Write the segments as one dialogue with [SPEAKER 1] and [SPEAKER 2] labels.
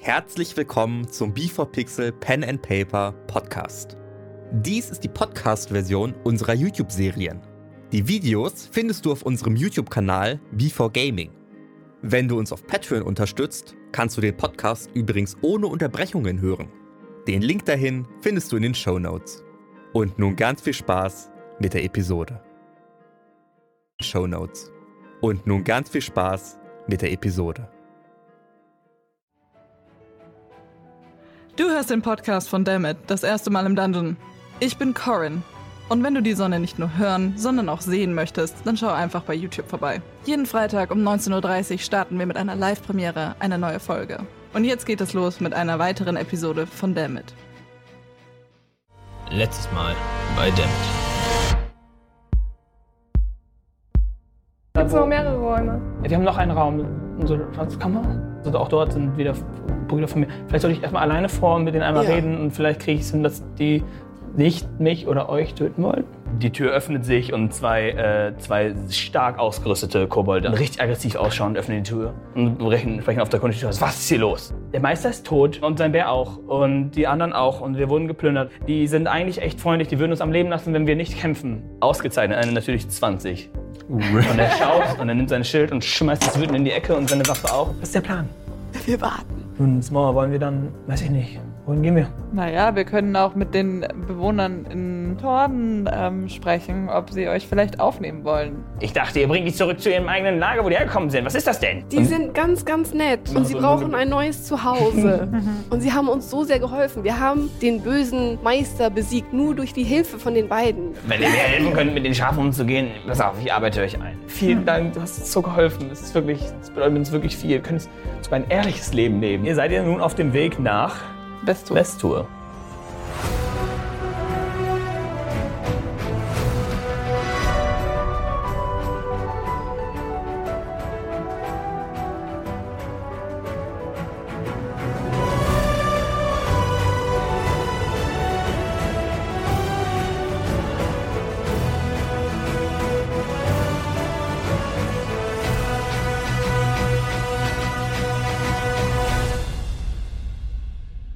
[SPEAKER 1] Herzlich willkommen zum B4Pixel Pen and Paper Podcast. Dies ist die Podcast-Version unserer YouTube-Serien. Die Videos findest du auf unserem YouTube-Kanal B4Gaming. Wenn du uns auf Patreon unterstützt, kannst du den Podcast übrigens ohne Unterbrechungen hören. Den Link dahin findest du in den Show Notes. Und nun ganz viel Spaß mit der Episode. Show Notes. Und nun ganz viel Spaß mit der Episode.
[SPEAKER 2] Du hörst den Podcast von Dammit, das erste Mal im Dungeon. Ich bin Corin. Und wenn du die Sonne nicht nur hören, sondern auch sehen möchtest, dann schau einfach bei YouTube vorbei. Jeden Freitag um 19.30 Uhr starten wir mit einer Live-Premiere eine neue Folge. Und jetzt geht es los mit einer weiteren Episode von Dammit.
[SPEAKER 3] Letztes Mal bei Dammit.
[SPEAKER 4] Da gibt es noch mehrere Räume.
[SPEAKER 5] Ja, wir haben noch einen Raum, unsere Schatzkammer. Also auch dort sind wieder Brüder von mir. Vielleicht sollte ich erstmal alleine vor und mit denen einmal reden und vielleicht kriege ich es hin, dass die nicht mich oder euch töten wollen.
[SPEAKER 6] Die Tür öffnet sich und zwei, äh, zwei stark ausgerüstete Kobolde, richtig aggressiv ausschauen, öffnen die Tür und brechen- sprechen auf der Kunde Was ist hier los? Der Meister ist tot und sein Bär auch und die anderen auch und wir wurden geplündert. Die sind eigentlich echt freundlich, die würden uns am Leben lassen, wenn wir nicht kämpfen. Ausgezeichnet, eine natürlich 20. Und er schaut und er nimmt sein Schild und schmeißt es wütend in die Ecke und seine Waffe auch.
[SPEAKER 5] Was ist der Plan? Wir warten. Nun, Smauer, wollen wir dann, weiß ich nicht, wohin gehen wir?
[SPEAKER 4] Naja, wir können auch mit den Bewohnern in Torden ähm, sprechen, ob sie euch vielleicht aufnehmen wollen.
[SPEAKER 6] Ich dachte, ihr bringt die zurück zu ihrem eigenen Lager, wo die hergekommen sind. Was ist das denn?
[SPEAKER 7] Die sind ganz, ganz nett und sie
[SPEAKER 6] Also,
[SPEAKER 7] brauchen ein neues Zuhause. und sie haben uns so sehr geholfen. Wir haben den bösen Meister besiegt, nur durch die Hilfe von den beiden.
[SPEAKER 6] Wenn ihr mir helfen könnt, mit den Schafen umzugehen, pass auf, ich arbeite euch ein.
[SPEAKER 5] Vielen Dank, du hast uns so geholfen. Es ist wirklich, es bedeutet uns wirklich viel. Wir können jetzt sogar ein ehrliches Leben leben.
[SPEAKER 6] Ihr seid ja nun auf dem Weg nach
[SPEAKER 4] Bist du?
[SPEAKER 6] Westtour.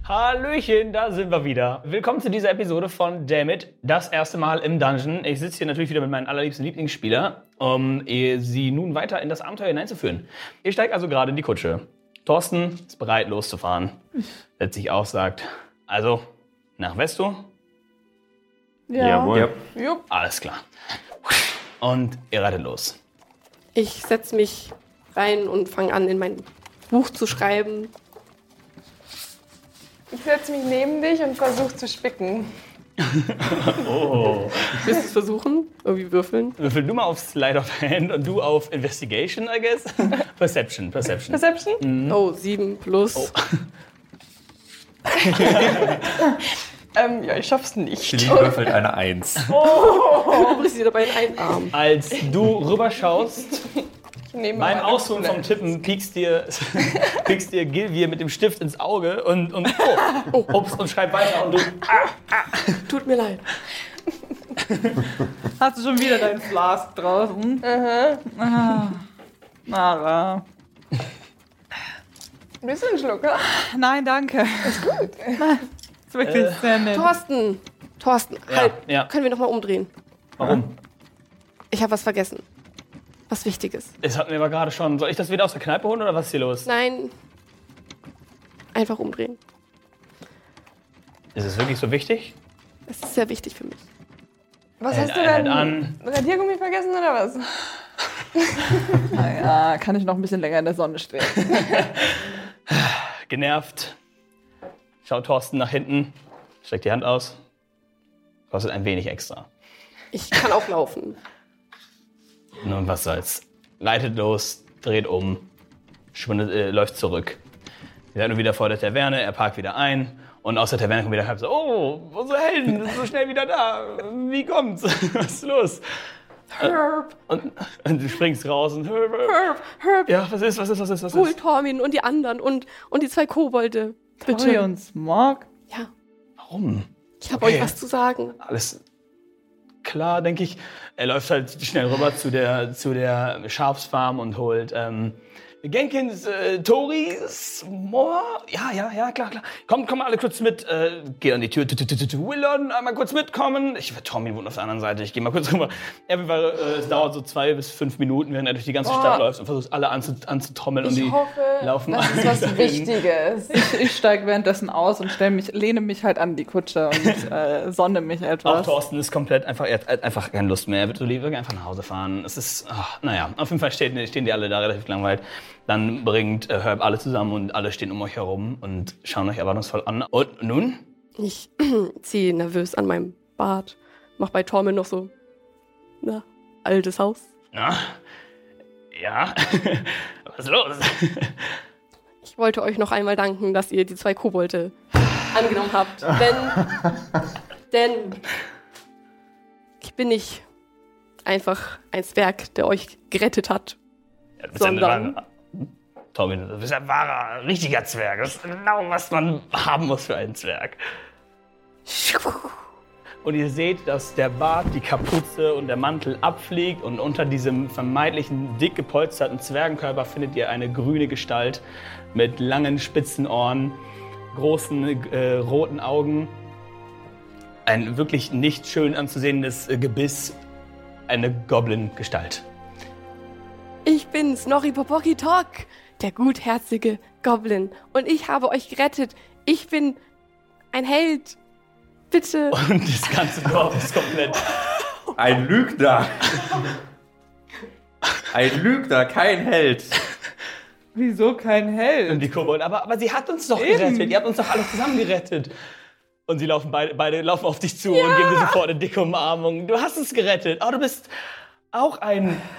[SPEAKER 5] Hallöchen, da sind wir wieder.
[SPEAKER 6] Willkommen zu dieser Episode von Dammit, das erste Mal im Dungeon. Ich sitze hier natürlich wieder mit meinen allerliebsten Lieblingsspieler, um eh, sie nun weiter in das Abenteuer hineinzuführen. Ihr steigt also gerade in die Kutsche. Thorsten ist bereit loszufahren. Setzt sich auf, sagt, also nach Westo,
[SPEAKER 4] Ja.
[SPEAKER 6] Jupp. alles klar. Und ihr reitet los.
[SPEAKER 7] Ich setze mich rein und fange an, in mein Buch zu schreiben.
[SPEAKER 8] Ich setze mich neben dich und versuche zu spicken.
[SPEAKER 7] Willst du es versuchen? Irgendwie würfeln?
[SPEAKER 6] Würfel du mal auf Slide of Hand und du auf Investigation, I guess. Perception, Perception.
[SPEAKER 8] Perception?
[SPEAKER 6] Mhm.
[SPEAKER 7] Oh, sieben plus.
[SPEAKER 8] Ähm, ja, ich schaff's nicht.
[SPEAKER 1] Chili würfelt eine 1.
[SPEAKER 7] Du brichst sie dabei in einen Arm.
[SPEAKER 6] Als du rüberschaust,
[SPEAKER 8] Ich nehme
[SPEAKER 6] beim
[SPEAKER 8] meine
[SPEAKER 6] Ausholen vom
[SPEAKER 8] Pistole.
[SPEAKER 6] Tippen piekst dir, piekst dir Gilvier mit dem Stift ins Auge und, und oh, ups, und schreibt weiter und du,
[SPEAKER 7] Tut mir leid.
[SPEAKER 2] Hast du schon wieder deinen Flask draußen?
[SPEAKER 4] Ah.
[SPEAKER 2] Nara.
[SPEAKER 8] Willst du einen Schluck, oder?
[SPEAKER 2] Nein, danke. Ist gut. ist wirklich sehr nett.
[SPEAKER 7] Thorsten! Thorsten,
[SPEAKER 6] ja,
[SPEAKER 7] halt.
[SPEAKER 6] ja,
[SPEAKER 7] Können wir nochmal umdrehen?
[SPEAKER 6] warum?
[SPEAKER 7] Ich habe was vergessen. Was Wichtiges.
[SPEAKER 6] Das hatten wir aber gerade schon. Soll ich das wieder aus der Kneipe holen oder was ist hier los?
[SPEAKER 7] Nein. Einfach umdrehen.
[SPEAKER 6] Ist es wirklich so wichtig?
[SPEAKER 7] Es ist sehr wichtig für mich.
[SPEAKER 8] Was
[SPEAKER 6] Hält
[SPEAKER 8] hast du
[SPEAKER 6] ein,
[SPEAKER 8] denn?
[SPEAKER 6] hält
[SPEAKER 8] Radiergummi vergessen oder was?
[SPEAKER 4] Ah,
[SPEAKER 2] Ja, kann ich noch ein bisschen länger in der Sonne stehen.
[SPEAKER 6] Genervt. Schaut Thorsten nach hinten, streckt die Hand aus. Kostet ein wenig extra.
[SPEAKER 7] Ich kann auch laufen.
[SPEAKER 6] Nun, was soll's. Leitet los, dreht um, schwindet, äh, läuft zurück. Wir sind nun wieder vor der Taverne, er parkt wieder ein. Und aus der Taverne kommt wieder halb so, oh, unsere Helden sind so schnell wieder da. Wie kommt's? Was ist los?
[SPEAKER 7] Herb,
[SPEAKER 6] Und, und du springst raus und hör,
[SPEAKER 7] Herb, Herb.
[SPEAKER 6] Ja, was ist, was ist, was ist, was
[SPEAKER 7] Cool,
[SPEAKER 6] ist?
[SPEAKER 7] Tormin und die anderen und, und die zwei Kobolde. Bitte.
[SPEAKER 2] und Smog.
[SPEAKER 7] Ja,
[SPEAKER 6] Warum?
[SPEAKER 7] ich habe
[SPEAKER 6] Okay.
[SPEAKER 7] euch was zu sagen.
[SPEAKER 6] Alles klar, denke ich. Er läuft halt schnell rüber zu der, zu der Schafsfarm und holt ähm, Genkins, äh, Tori, Moor. Ja, ja, ja, klar, klar. Kommt, kommen alle kurz mit. Äh, geht an die Tür. Tu, tu, tu, tu, tu, Willon, einmal kurz mitkommen. Ich, Tommy wohnt auf der anderen Seite. Ich gehe mal kurz rüber. Ja, auf jeden Fall, äh, es dauert so zwei bis fünf Minuten, während er durch die ganze Stadt läuft und versucht, alle anzu, anzutrommeln. und die
[SPEAKER 8] Oh. Ich hoffe,
[SPEAKER 6] laufen
[SPEAKER 8] das ist
[SPEAKER 6] alle
[SPEAKER 8] was
[SPEAKER 6] dahin.
[SPEAKER 8] Wichtiges.
[SPEAKER 4] Ich, ich steige währenddessen aus und stell mich, lehne mich halt an die Kutsche und äh, sonne mich
[SPEAKER 6] Auch
[SPEAKER 4] etwas.
[SPEAKER 6] Thorsten ist komplett einfach, er hat halt einfach keine Lust mehr. Er wird lieber einfach nach Hause fahren. Es ist, ach, naja, auf jeden Fall stehen, stehen die alle da relativ langweilig. Dann bringt äh, Herb alle zusammen und alle stehen um euch herum und schauen euch erwartungsvoll an. Und nun?
[SPEAKER 7] Ich ziehe nervös an meinem Bart, mach bei Tormel noch so, na, altes Haus.
[SPEAKER 6] Na? Ja? Was ist los?
[SPEAKER 7] Ich wollte euch noch einmal danken, dass ihr die zwei Kobolde angenommen habt. Denn, denn ich bin nicht einfach ein Zwerg, der euch gerettet hat.
[SPEAKER 6] Ja, du bist ein
[SPEAKER 7] Sondern?
[SPEAKER 6] wahrer- Tommy, du bist ein wahrer, richtiger Zwerg. Das ist genau, was man haben muss für einen Zwerg. Und ihr seht, dass der Bart, die Kapuze und der Mantel abfliegt und unter diesem vermeintlichen dick gepolsterten Zwergenkörper findet ihr eine grüne Gestalt mit langen spitzen Ohren, großen äh, roten Augen, ein wirklich nicht schön anzusehendes äh, Gebiss, eine Goblin-Gestalt.
[SPEAKER 7] Ich bin Snorri Popoki Tok, der gutherzige Goblin. Und ich habe euch gerettet. Ich bin ein Held. Bitte.
[SPEAKER 6] Und das ganze Dorf ist komplett
[SPEAKER 1] Ein Lügner. Ein Lügner, kein Held.
[SPEAKER 4] Wieso kein Held?
[SPEAKER 6] Und die Kobold, aber, aber sie hat uns doch
[SPEAKER 4] Eben.
[SPEAKER 6] gerettet. Ihr habt uns doch alle zusammen gerettet. Und sie laufen beide, beide laufen auf dich zu und geben dir sofort eine dicke Umarmung. Du hast uns gerettet. Aber du bist auch ein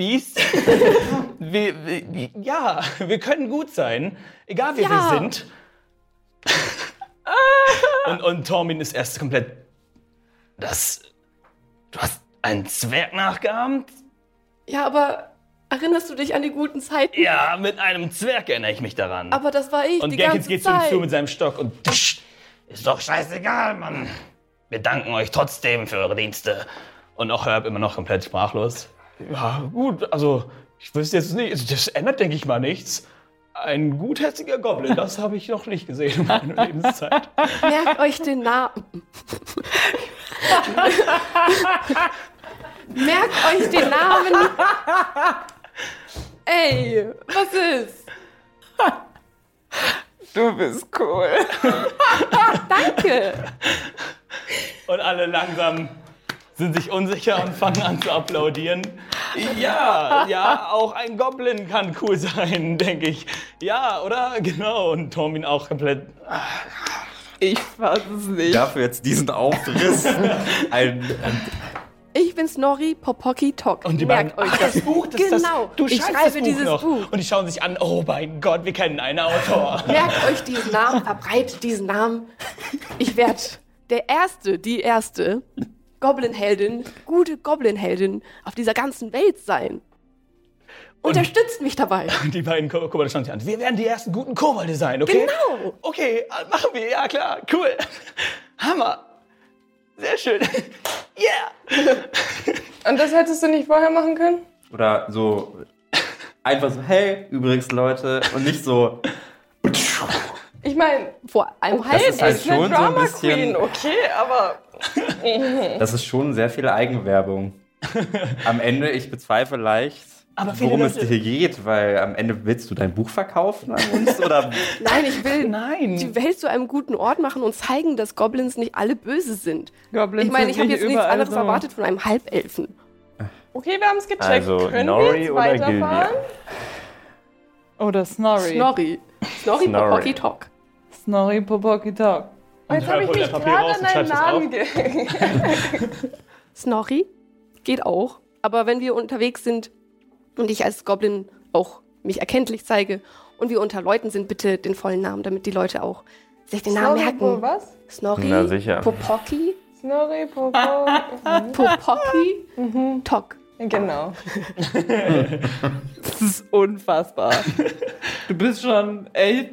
[SPEAKER 6] Biest. wir, wir, ja, wir können gut sein. Egal wie
[SPEAKER 7] Ja.
[SPEAKER 6] wir sind. und, und Tormin ist erst komplett. Das. Du hast einen Zwerg nachgeahmt?
[SPEAKER 7] Ja, aber erinnerst du dich an die guten Zeiten?
[SPEAKER 6] Ja, mit einem Zwerg erinnere ich mich daran.
[SPEAKER 7] Aber das war ich
[SPEAKER 6] Und
[SPEAKER 7] die
[SPEAKER 6] Genkins
[SPEAKER 7] ganze
[SPEAKER 6] geht zu ihm
[SPEAKER 7] Zeit.
[SPEAKER 6] zu mit seinem Stock und tsch, ist doch scheißegal, Mann. Wir danken euch trotzdem für eure Dienste. Und auch Herb immer noch komplett sprachlos. Ja, gut, also ich wüsste jetzt nicht, also das ändert, denke ich mal, nichts. Ein gutherziger Goblin, das habe ich noch nicht gesehen in meiner Lebenszeit.
[SPEAKER 7] Merkt euch den Namen. Merkt euch den Namen. Ey, was ist?
[SPEAKER 4] Du bist cool.
[SPEAKER 7] Danke.
[SPEAKER 6] Und alle langsam sind sich unsicher und fangen an zu applaudieren. Ja, ja, auch ein Goblin kann cool sein, denke ich. Ja, oder? Genau. Und Tormin auch komplett
[SPEAKER 4] Ich fass es nicht.
[SPEAKER 1] Dafür jetzt diesen Aufriss. Ein,
[SPEAKER 7] Ich bin Snorri Popoki Tok.
[SPEAKER 6] Und die
[SPEAKER 7] Merkt
[SPEAKER 6] beiden,
[SPEAKER 7] euch
[SPEAKER 6] ach,
[SPEAKER 7] das.
[SPEAKER 6] das Buch, das ist
[SPEAKER 7] genau.
[SPEAKER 6] das, du
[SPEAKER 7] ich
[SPEAKER 6] scheiß
[SPEAKER 7] schreibe
[SPEAKER 6] das Buch
[SPEAKER 7] dieses
[SPEAKER 6] noch.
[SPEAKER 7] Buch.
[SPEAKER 6] Und die schauen sich an, oh mein Gott, wir kennen einen Autor.
[SPEAKER 7] Merkt euch diesen Namen, verbreitet diesen Namen. Ich werde der erste, die erste Goblin-Heldin, gute Goblin-Heldin auf dieser ganzen Welt sein. Unterstützt mich dabei.
[SPEAKER 6] Und die beiden Ko- Kobolde schauen sich an, wir werden die ersten guten Kobolde sein, okay?
[SPEAKER 7] Genau.
[SPEAKER 6] Okay, äh, machen wir, ja klar, cool. Hammer. Sehr schön. Yeah.
[SPEAKER 8] Und das hättest du nicht vorher machen können?
[SPEAKER 1] oder so. Einfach so, hey, übrigens Leute. Und nicht so.
[SPEAKER 8] Ich meine,
[SPEAKER 7] Vor
[SPEAKER 6] Oh,
[SPEAKER 7] einem
[SPEAKER 1] Das
[SPEAKER 7] Held.
[SPEAKER 1] ist halt
[SPEAKER 8] eine
[SPEAKER 1] schon so ein
[SPEAKER 8] Drama Queen,
[SPEAKER 1] bisschen.
[SPEAKER 8] okay, aber
[SPEAKER 1] Das ist schon sehr viel Eigenwerbung. Am Ende, ich bezweifle leicht,
[SPEAKER 6] Aber viele
[SPEAKER 1] worum es
[SPEAKER 6] Leute-
[SPEAKER 1] dir geht, weil am Ende willst du dein Buch verkaufen an uns? Oder
[SPEAKER 7] Nein, ich will
[SPEAKER 6] Nein.
[SPEAKER 7] die Welt zu einem guten Ort machen und zeigen, dass Goblins nicht alle böse sind.
[SPEAKER 4] Goblins
[SPEAKER 7] ich
[SPEAKER 4] sind
[SPEAKER 7] meine, ich habe
[SPEAKER 4] nicht
[SPEAKER 7] jetzt nichts
[SPEAKER 4] überall
[SPEAKER 7] anderes
[SPEAKER 4] so.
[SPEAKER 7] erwartet von einem Halbelfen.
[SPEAKER 8] okay, wir haben es gecheckt.
[SPEAKER 9] Also,
[SPEAKER 8] Können wir
[SPEAKER 9] Nori
[SPEAKER 8] jetzt
[SPEAKER 9] oder
[SPEAKER 8] weiterfahren?
[SPEAKER 9] Gilvia?
[SPEAKER 4] Oder Snorri.
[SPEAKER 7] Snorri. Snorri
[SPEAKER 9] Snorri.
[SPEAKER 7] Popoki Tok.
[SPEAKER 4] Snorri Popoki Talk.
[SPEAKER 8] Oh, Jetzt
[SPEAKER 6] Und
[SPEAKER 8] habe ich
[SPEAKER 6] holt
[SPEAKER 8] mich
[SPEAKER 6] ein Papier
[SPEAKER 8] gerade
[SPEAKER 6] raus
[SPEAKER 8] an
[SPEAKER 6] und
[SPEAKER 8] deinen
[SPEAKER 6] schreibt es auf.
[SPEAKER 8] Namen ge
[SPEAKER 7] Snorri geht auch, aber wenn wir unterwegs sind und ich als Goblin auch mich erkenntlich zeige und wir unter Leuten sind, bitte den vollen Namen, damit die Leute auch sich den Namen
[SPEAKER 8] Snorripo,
[SPEAKER 7] merken.
[SPEAKER 8] was?
[SPEAKER 9] Na
[SPEAKER 7] Snorri,
[SPEAKER 9] sicher.
[SPEAKER 7] Popoki,
[SPEAKER 8] Snorripo.
[SPEAKER 7] Popoki, Tok.
[SPEAKER 8] genau.
[SPEAKER 4] Das ist unfassbar. du bist schon echt.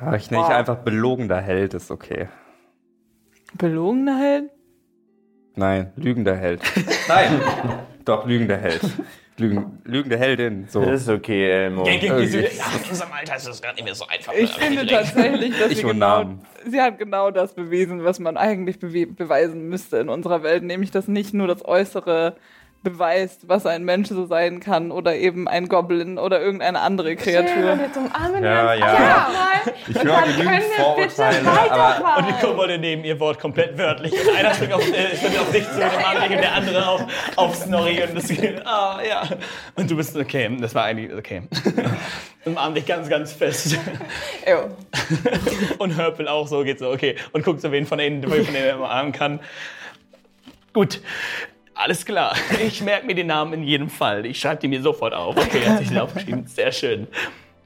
[SPEAKER 1] Aber ich nenne dich einfach belogener Held, ist okay.
[SPEAKER 4] Belogener Held?
[SPEAKER 1] Nein, lügender Held. Nein, doch, lügender Held.
[SPEAKER 9] Lügen, lügende Heldin. So.
[SPEAKER 10] Das ist okay, äh, Elmo.
[SPEAKER 6] in unserem Alter ist das gar nicht mehr so einfach. ne?
[SPEAKER 4] Ich finde tatsächlich, dass
[SPEAKER 9] Ich
[SPEAKER 4] sie
[SPEAKER 9] und
[SPEAKER 4] genau,
[SPEAKER 9] Namen.
[SPEAKER 4] sie hat genau das bewiesen, was man eigentlich bewe beweisen müsste in unserer Welt, nämlich dass nicht nur das Äußere beweist, was ein Mensch so sein kann oder eben ein Goblin oder irgendeine andere Kreatur.
[SPEAKER 8] Jetzt umarmen wir
[SPEAKER 9] Ja,
[SPEAKER 8] uns
[SPEAKER 9] ja.
[SPEAKER 8] alle mal.
[SPEAKER 9] Ich höre genügend
[SPEAKER 8] Können wir bitte
[SPEAKER 9] Vorurteile, aber
[SPEAKER 8] weitermachen?
[SPEAKER 6] Und die Kobolde nehmen ihr Wort komplett wörtlich. Einer springt auf, äh, springt auf dich zu, dem anderen und der andere auf, auf Snorri und das geht, ah, ja. Und du bist, okay, das war eigentlich, okay. Umarm dich ganz, ganz fest.
[SPEAKER 4] Jo.
[SPEAKER 6] Und Hörpel auch so, geht so, okay. Und guckt so, wen von denen, von denen er umarmen kann. Gut. Alles klar. Ich merke mir den Namen in jedem Fall. Ich schreibe die mir sofort auf. Okay, hat sich den aufgeschrieben. Sehr schön.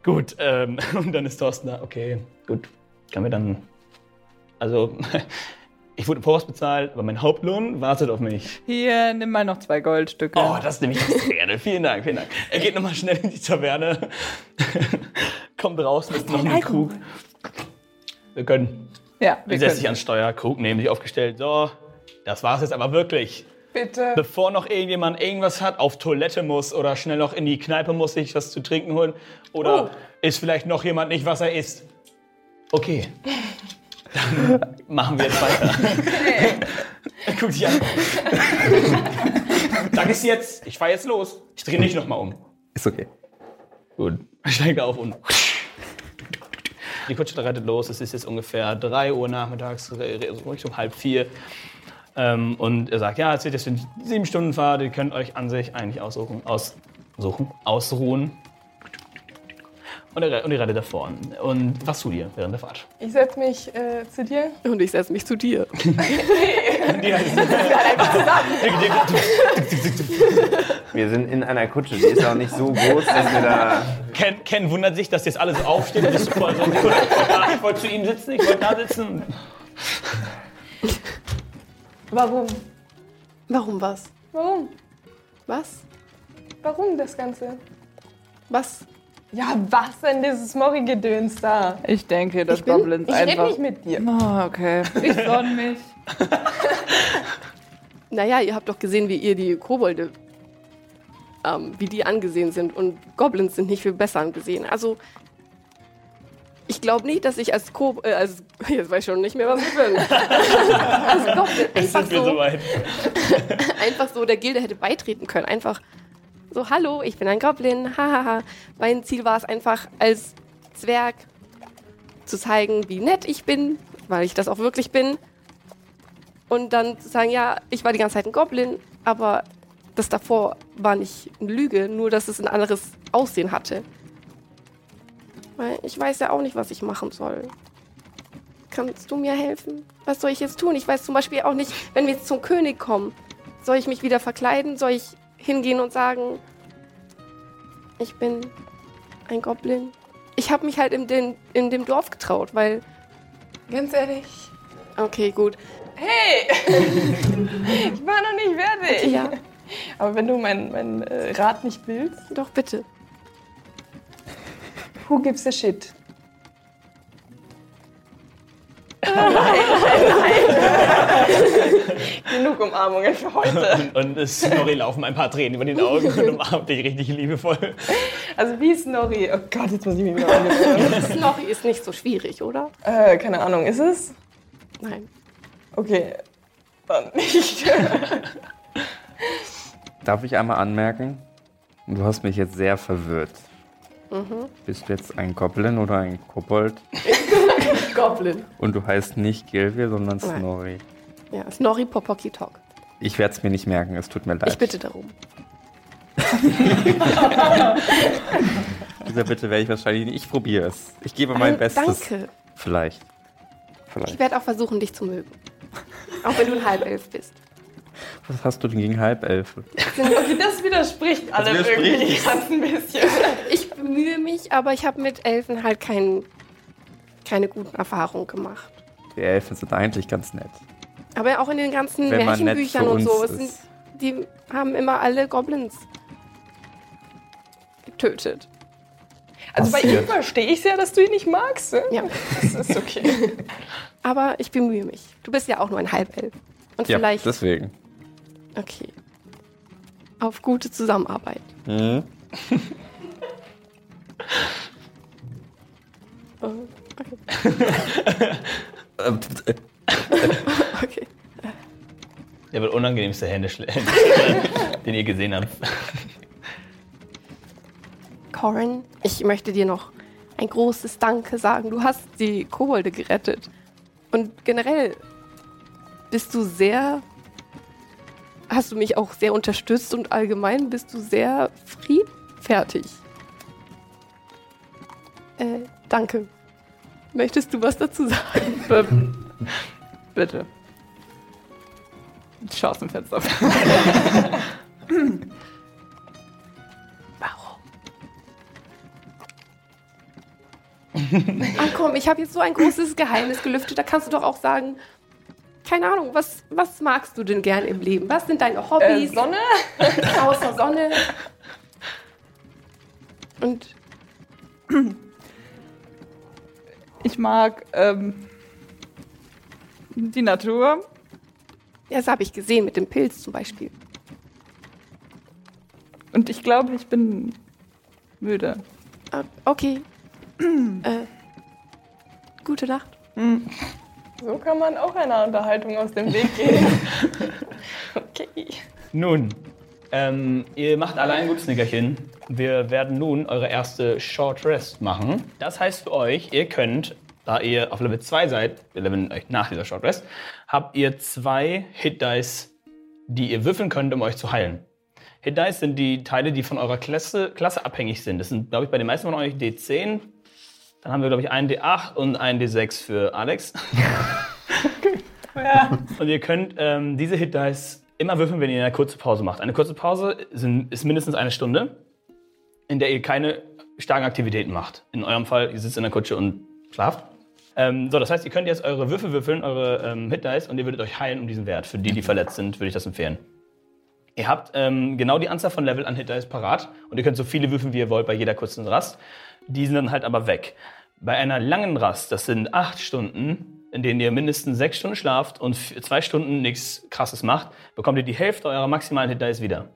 [SPEAKER 6] Gut. Ähm, und dann ist Thorsten da. Okay, gut. Kann wir dann. Also, ich wurde voraus bezahlt, aber mein Hauptlohn wartet auf mich.
[SPEAKER 4] Hier, nimm mal noch zwei Goldstücke.
[SPEAKER 6] Oh, das nehme ich jetzt gerne. Vielen Dank, vielen Dank. Er geht nochmal schnell in die Taverne. Kommt raus, lässt noch einen Krug. Wir können.
[SPEAKER 4] ja, wir
[SPEAKER 6] Wir setzt sich
[SPEAKER 4] können.
[SPEAKER 6] ans Steuer, Krug neben sich aufgestellt. So, das war's jetzt aber wirklich.
[SPEAKER 8] Bitte.
[SPEAKER 6] Bevor noch irgendjemand irgendwas hat, auf Toilette muss oder schnell noch in die Kneipe muss, sich was zu trinken holen. Oder ist vielleicht noch jemand nicht, was er isst. Okay. Dann machen wir jetzt weiter. Guck dich an. Dann ist jetzt. Ich fahr jetzt los. Ich drehe nicht nochmal um.
[SPEAKER 1] Ist okay.
[SPEAKER 6] Gut. Steigt auf und. Die Kutsche rettet los. Es ist jetzt ungefähr 3 Uhr nachmittags, re- re- so ruhig um halb vier. Ähm, und er sagt: Ja, es wird jetzt eine 7-Stunden-Fahrt. Ihr könnt euch an sich eigentlich aussuchen, aussuchen, ausruhen. Und, er, und ihr rettet davon. Und was tut ihr während der Fahrt?
[SPEAKER 8] Ich setze mich äh, zu dir.
[SPEAKER 7] Und ich setze mich zu dir.
[SPEAKER 6] also,
[SPEAKER 10] Wir sind in einer Kutsche, die ist auch nicht so groß, dass wir da.
[SPEAKER 6] Ken, Ken wundert sich, dass jetzt alles so aufsteht. Und ist voll so, ich wollte- ich wollte zu ihm sitzen, ich wollte da sitzen.
[SPEAKER 8] Warum?
[SPEAKER 7] Warum was?
[SPEAKER 8] Warum?
[SPEAKER 7] Was?
[SPEAKER 8] Warum das Ganze?
[SPEAKER 7] Was?
[SPEAKER 8] Ja, was denn dieses Morri-Gedöns da?
[SPEAKER 4] Ich denke, dass
[SPEAKER 7] Ich bin-
[SPEAKER 4] Goblins
[SPEAKER 8] Ich rede
[SPEAKER 4] einfach.
[SPEAKER 8] nicht mit dir.
[SPEAKER 4] Oh, okay. Ich sonne mich.
[SPEAKER 7] Naja, ihr habt doch gesehen, wie ihr die Kobolde, ähm, wie die angesehen sind. Und Goblins sind nicht viel besser angesehen. Also, ich glaube nicht, dass ich als Kobold, äh, als, jetzt weiß ich schon nicht mehr, was ich bin. als Goblin einfach
[SPEAKER 6] Sind wir
[SPEAKER 7] so,
[SPEAKER 6] soweit?
[SPEAKER 7] einfach so der Gilde hätte beitreten können. Einfach so, hallo, ich bin ein Goblin, hahaha. mein Ziel war es einfach, als Zwerg zu zeigen, wie nett ich bin, weil ich das auch wirklich bin. Und dann zu sagen, ja, ich war die ganze Zeit ein Goblin, aber das davor war nicht eine Lüge, nur dass es ein anderes Aussehen hatte. Weil ich weiß ja auch nicht, was ich machen soll. Kannst du mir helfen? Was soll ich jetzt tun? Ich weiß zum Beispiel auch nicht, wenn wir jetzt zum König kommen, soll ich mich wieder verkleiden? Soll ich hingehen und sagen, ich bin ein Goblin? Ich habe mich halt in, den, in dem Dorf getraut, weil,
[SPEAKER 8] Ganz ehrlich.
[SPEAKER 7] okay, gut.
[SPEAKER 8] Ich war noch nicht fertig.
[SPEAKER 7] Ja,
[SPEAKER 8] Aber wenn du meinen mein, äh, Rat nicht willst,
[SPEAKER 7] doch bitte.
[SPEAKER 8] who gives a shit? nein, nein, nein. Genug Umarmungen für heute.
[SPEAKER 6] Und es Snorri laufen ein paar Tränen über den Augen und umarmt dich richtig liebevoll.
[SPEAKER 8] Also wie ist Nori? Oh Gott, jetzt muss ich mich wieder angewöhnen.
[SPEAKER 7] Snorri ist nicht so schwierig, oder?
[SPEAKER 8] äh, keine Ahnung, ist es?
[SPEAKER 7] Nein.
[SPEAKER 8] Okay, dann nicht.
[SPEAKER 9] darf ich einmal anmerken? Du hast mich jetzt sehr verwirrt.
[SPEAKER 7] Mhm.
[SPEAKER 9] Bist du jetzt ein Goblin oder ein Kobold?
[SPEAKER 7] Goblin.
[SPEAKER 9] Und du heißt nicht Gilvir, sondern
[SPEAKER 7] Nein.
[SPEAKER 9] Snorri.
[SPEAKER 7] Ja, Snorri Popoki Talk.
[SPEAKER 9] Ich werde es mir nicht merken, es tut mir leid.
[SPEAKER 7] Ich bitte darum.
[SPEAKER 9] Dieser Bitte werde ich wahrscheinlich nicht. Ich probiere es. Ich gebe mein
[SPEAKER 7] Ein-
[SPEAKER 9] Bestes.
[SPEAKER 7] Danke.
[SPEAKER 9] Vielleicht.
[SPEAKER 7] Ich
[SPEAKER 9] Vielleicht.
[SPEAKER 7] werde auch versuchen, dich zu mögen. Auch wenn du ein Halbelf bist.
[SPEAKER 9] Was hast du denn gegen Halbelfe?
[SPEAKER 8] Okay, das widerspricht alles irgendwie ganz ein bisschen.
[SPEAKER 7] Ich bemühe mich, aber ich habe mit Elfen halt kein, keine guten Erfahrungen gemacht.
[SPEAKER 9] Die Elfen sind eigentlich ganz nett.
[SPEAKER 7] Aber auch in den ganzen
[SPEAKER 9] Wenn man nett
[SPEAKER 7] Märchenbüchern
[SPEAKER 9] zu
[SPEAKER 7] und
[SPEAKER 9] uns
[SPEAKER 7] so. Es
[SPEAKER 9] ist.
[SPEAKER 7] sind, die haben immer alle Goblins getötet.
[SPEAKER 8] Also bei ihm verstehe ich sehr, dass du ihn nicht magst. ne?
[SPEAKER 7] Ja.
[SPEAKER 8] Das ist okay.
[SPEAKER 7] Aber ich bemühe mich. Du bist ja auch nur ein Halbelf. Und
[SPEAKER 9] Ja,
[SPEAKER 7] vielleicht.
[SPEAKER 9] deswegen.
[SPEAKER 7] Okay. auf gute Zusammenarbeit.
[SPEAKER 9] Mhm.
[SPEAKER 7] Äh, okay. okay.
[SPEAKER 6] Der wird unangenehmste Hände schleppen, den ihr gesehen habt.
[SPEAKER 7] Corin, ich möchte dir noch ein großes Danke sagen. Du hast die Kobolde gerettet. Und generell bist du sehr. Hast du mich auch sehr unterstützt und allgemein bist du sehr friedfertig. Äh, danke. Möchtest du was dazu sagen?
[SPEAKER 4] Bitte. Ich schau aus dem Fenster.
[SPEAKER 7] Ach komm, ich habe jetzt so ein großes Geheimnis gelüftet. Da kannst du doch auch sagen, keine Ahnung, was, was magst du denn gern im Leben? Was sind deine
[SPEAKER 8] Äh,
[SPEAKER 7] Hobbys?
[SPEAKER 8] Sonne?
[SPEAKER 7] Außer Sonne. Und
[SPEAKER 4] Ich mag ähm, die Natur.
[SPEAKER 7] das habe ich gesehen mit dem Pilz zum Beispiel.
[SPEAKER 4] Und ich glaube, ich bin müde.
[SPEAKER 7] Ah, Okay. äh, gute Nacht.
[SPEAKER 8] So kann man auch einer Unterhaltung aus dem Weg gehen. okay.
[SPEAKER 6] Nun, ähm, ihr macht alle ein gutes Nickerchen. Wir werden nun eure erste Short Rest machen. Das heißt für euch, ihr könnt, da ihr auf Level 2 seid, wir leveln euch nach dieser Short Rest, habt ihr zwei Hit Dice, die ihr würfeln könnt, um euch zu heilen. Hit Dice sind die Teile, die von eurer Klasse, Klasse abhängig sind. Das sind, glaube ich, bei den meisten von euch D10. Dann haben wir, glaube ich, einen D8 und einen D6 für Alex. Und ihr könnt ähm, diese Hit Dice immer würfeln, wenn ihr eine kurze Pause macht. Eine kurze Pause sind, ist mindestens eine Stunde, in der ihr keine starken Aktivitäten macht. In eurem Fall, ihr sitzt in der Kutsche und schlaft. Ähm, so, das heißt, ihr könnt jetzt eure Würfel würfeln, eure ähm, Hit Dice, und ihr würdet euch heilen um diesen Wert. Für die, die verletzt sind, würde ich das empfehlen. Ihr habt ähm, genau die Anzahl von Level an Hit Dice parat und ihr könnt so viele würfeln, wie ihr wollt, bei jeder kurzen Rast. Die sind dann halt aber weg. Bei einer langen Rast, das sind acht Stunden, in denen ihr mindestens sechs Stunden schlaft und f- zwei Stunden nichts Krasses macht, bekommt ihr die Hälfte eurer maximalen Hit-Dice wieder.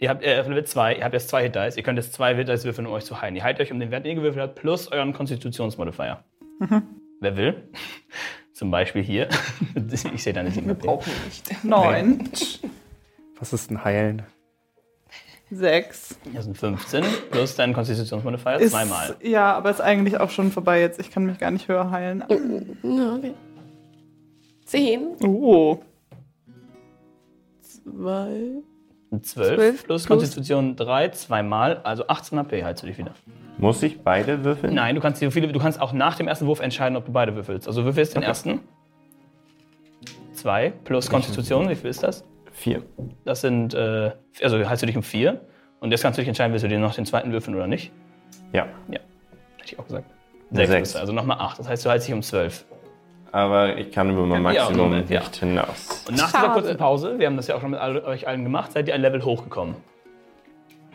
[SPEAKER 6] Ihr habt äh, auf Level 2, ihr habt jetzt zwei Hit-Dice, ihr könnt jetzt zwei Hit-Dice würfeln, um euch zu heilen. Ihr heilt euch um den Wert, den ihr gewürfelt habt, plus euren Konstitutionsmodifier.
[SPEAKER 4] Mhm.
[SPEAKER 6] Wer will? Zum Beispiel hier. ich sehe deine Sieben.
[SPEAKER 4] Brauchen wir nicht. Neun,
[SPEAKER 9] Was ist ein Heilen?
[SPEAKER 4] sechs.
[SPEAKER 6] Das sind 15, plus deinen Konstitutionsmodifier
[SPEAKER 4] Ist,
[SPEAKER 6] zweimal.
[SPEAKER 4] Ja, aber ist eigentlich auch schon vorbei jetzt. Ich kann mich gar nicht höher heilen.
[SPEAKER 7] Na, okay. Zehn,
[SPEAKER 4] Oh.
[SPEAKER 7] zwei,
[SPEAKER 6] 12,
[SPEAKER 7] Zwölf
[SPEAKER 6] plus,
[SPEAKER 7] plus-
[SPEAKER 6] Konstitution 3 zweimal, also 18 HP heilst du dich wieder.
[SPEAKER 10] Muss ich beide würfeln?
[SPEAKER 6] Nein, du kannst, dir viele, du kannst auch nach dem ersten Wurf entscheiden, ob du beide würfelst. Also würfelst den ersten. 2 plus Konstitution, wie viel ist das?
[SPEAKER 10] Vier.
[SPEAKER 6] Das sind, äh, also heilst du dich um 4. Und jetzt kannst du dich entscheiden, willst du dir noch den zweiten würfeln oder nicht.
[SPEAKER 10] Ja.
[SPEAKER 6] Hätte ich auch gesagt.
[SPEAKER 10] Sechs.
[SPEAKER 6] 6 ist also nochmal 8. Das heißt, du heilst dich um 12.
[SPEAKER 10] Aber ich kann über mein
[SPEAKER 6] Ja,
[SPEAKER 10] Maximum
[SPEAKER 6] Moment, ja.
[SPEAKER 10] nicht hinaus.
[SPEAKER 6] Und nach dieser kurzen Pause, wir haben das ja auch schon mit all, euch allen gemacht, seid ihr ein Level hochgekommen.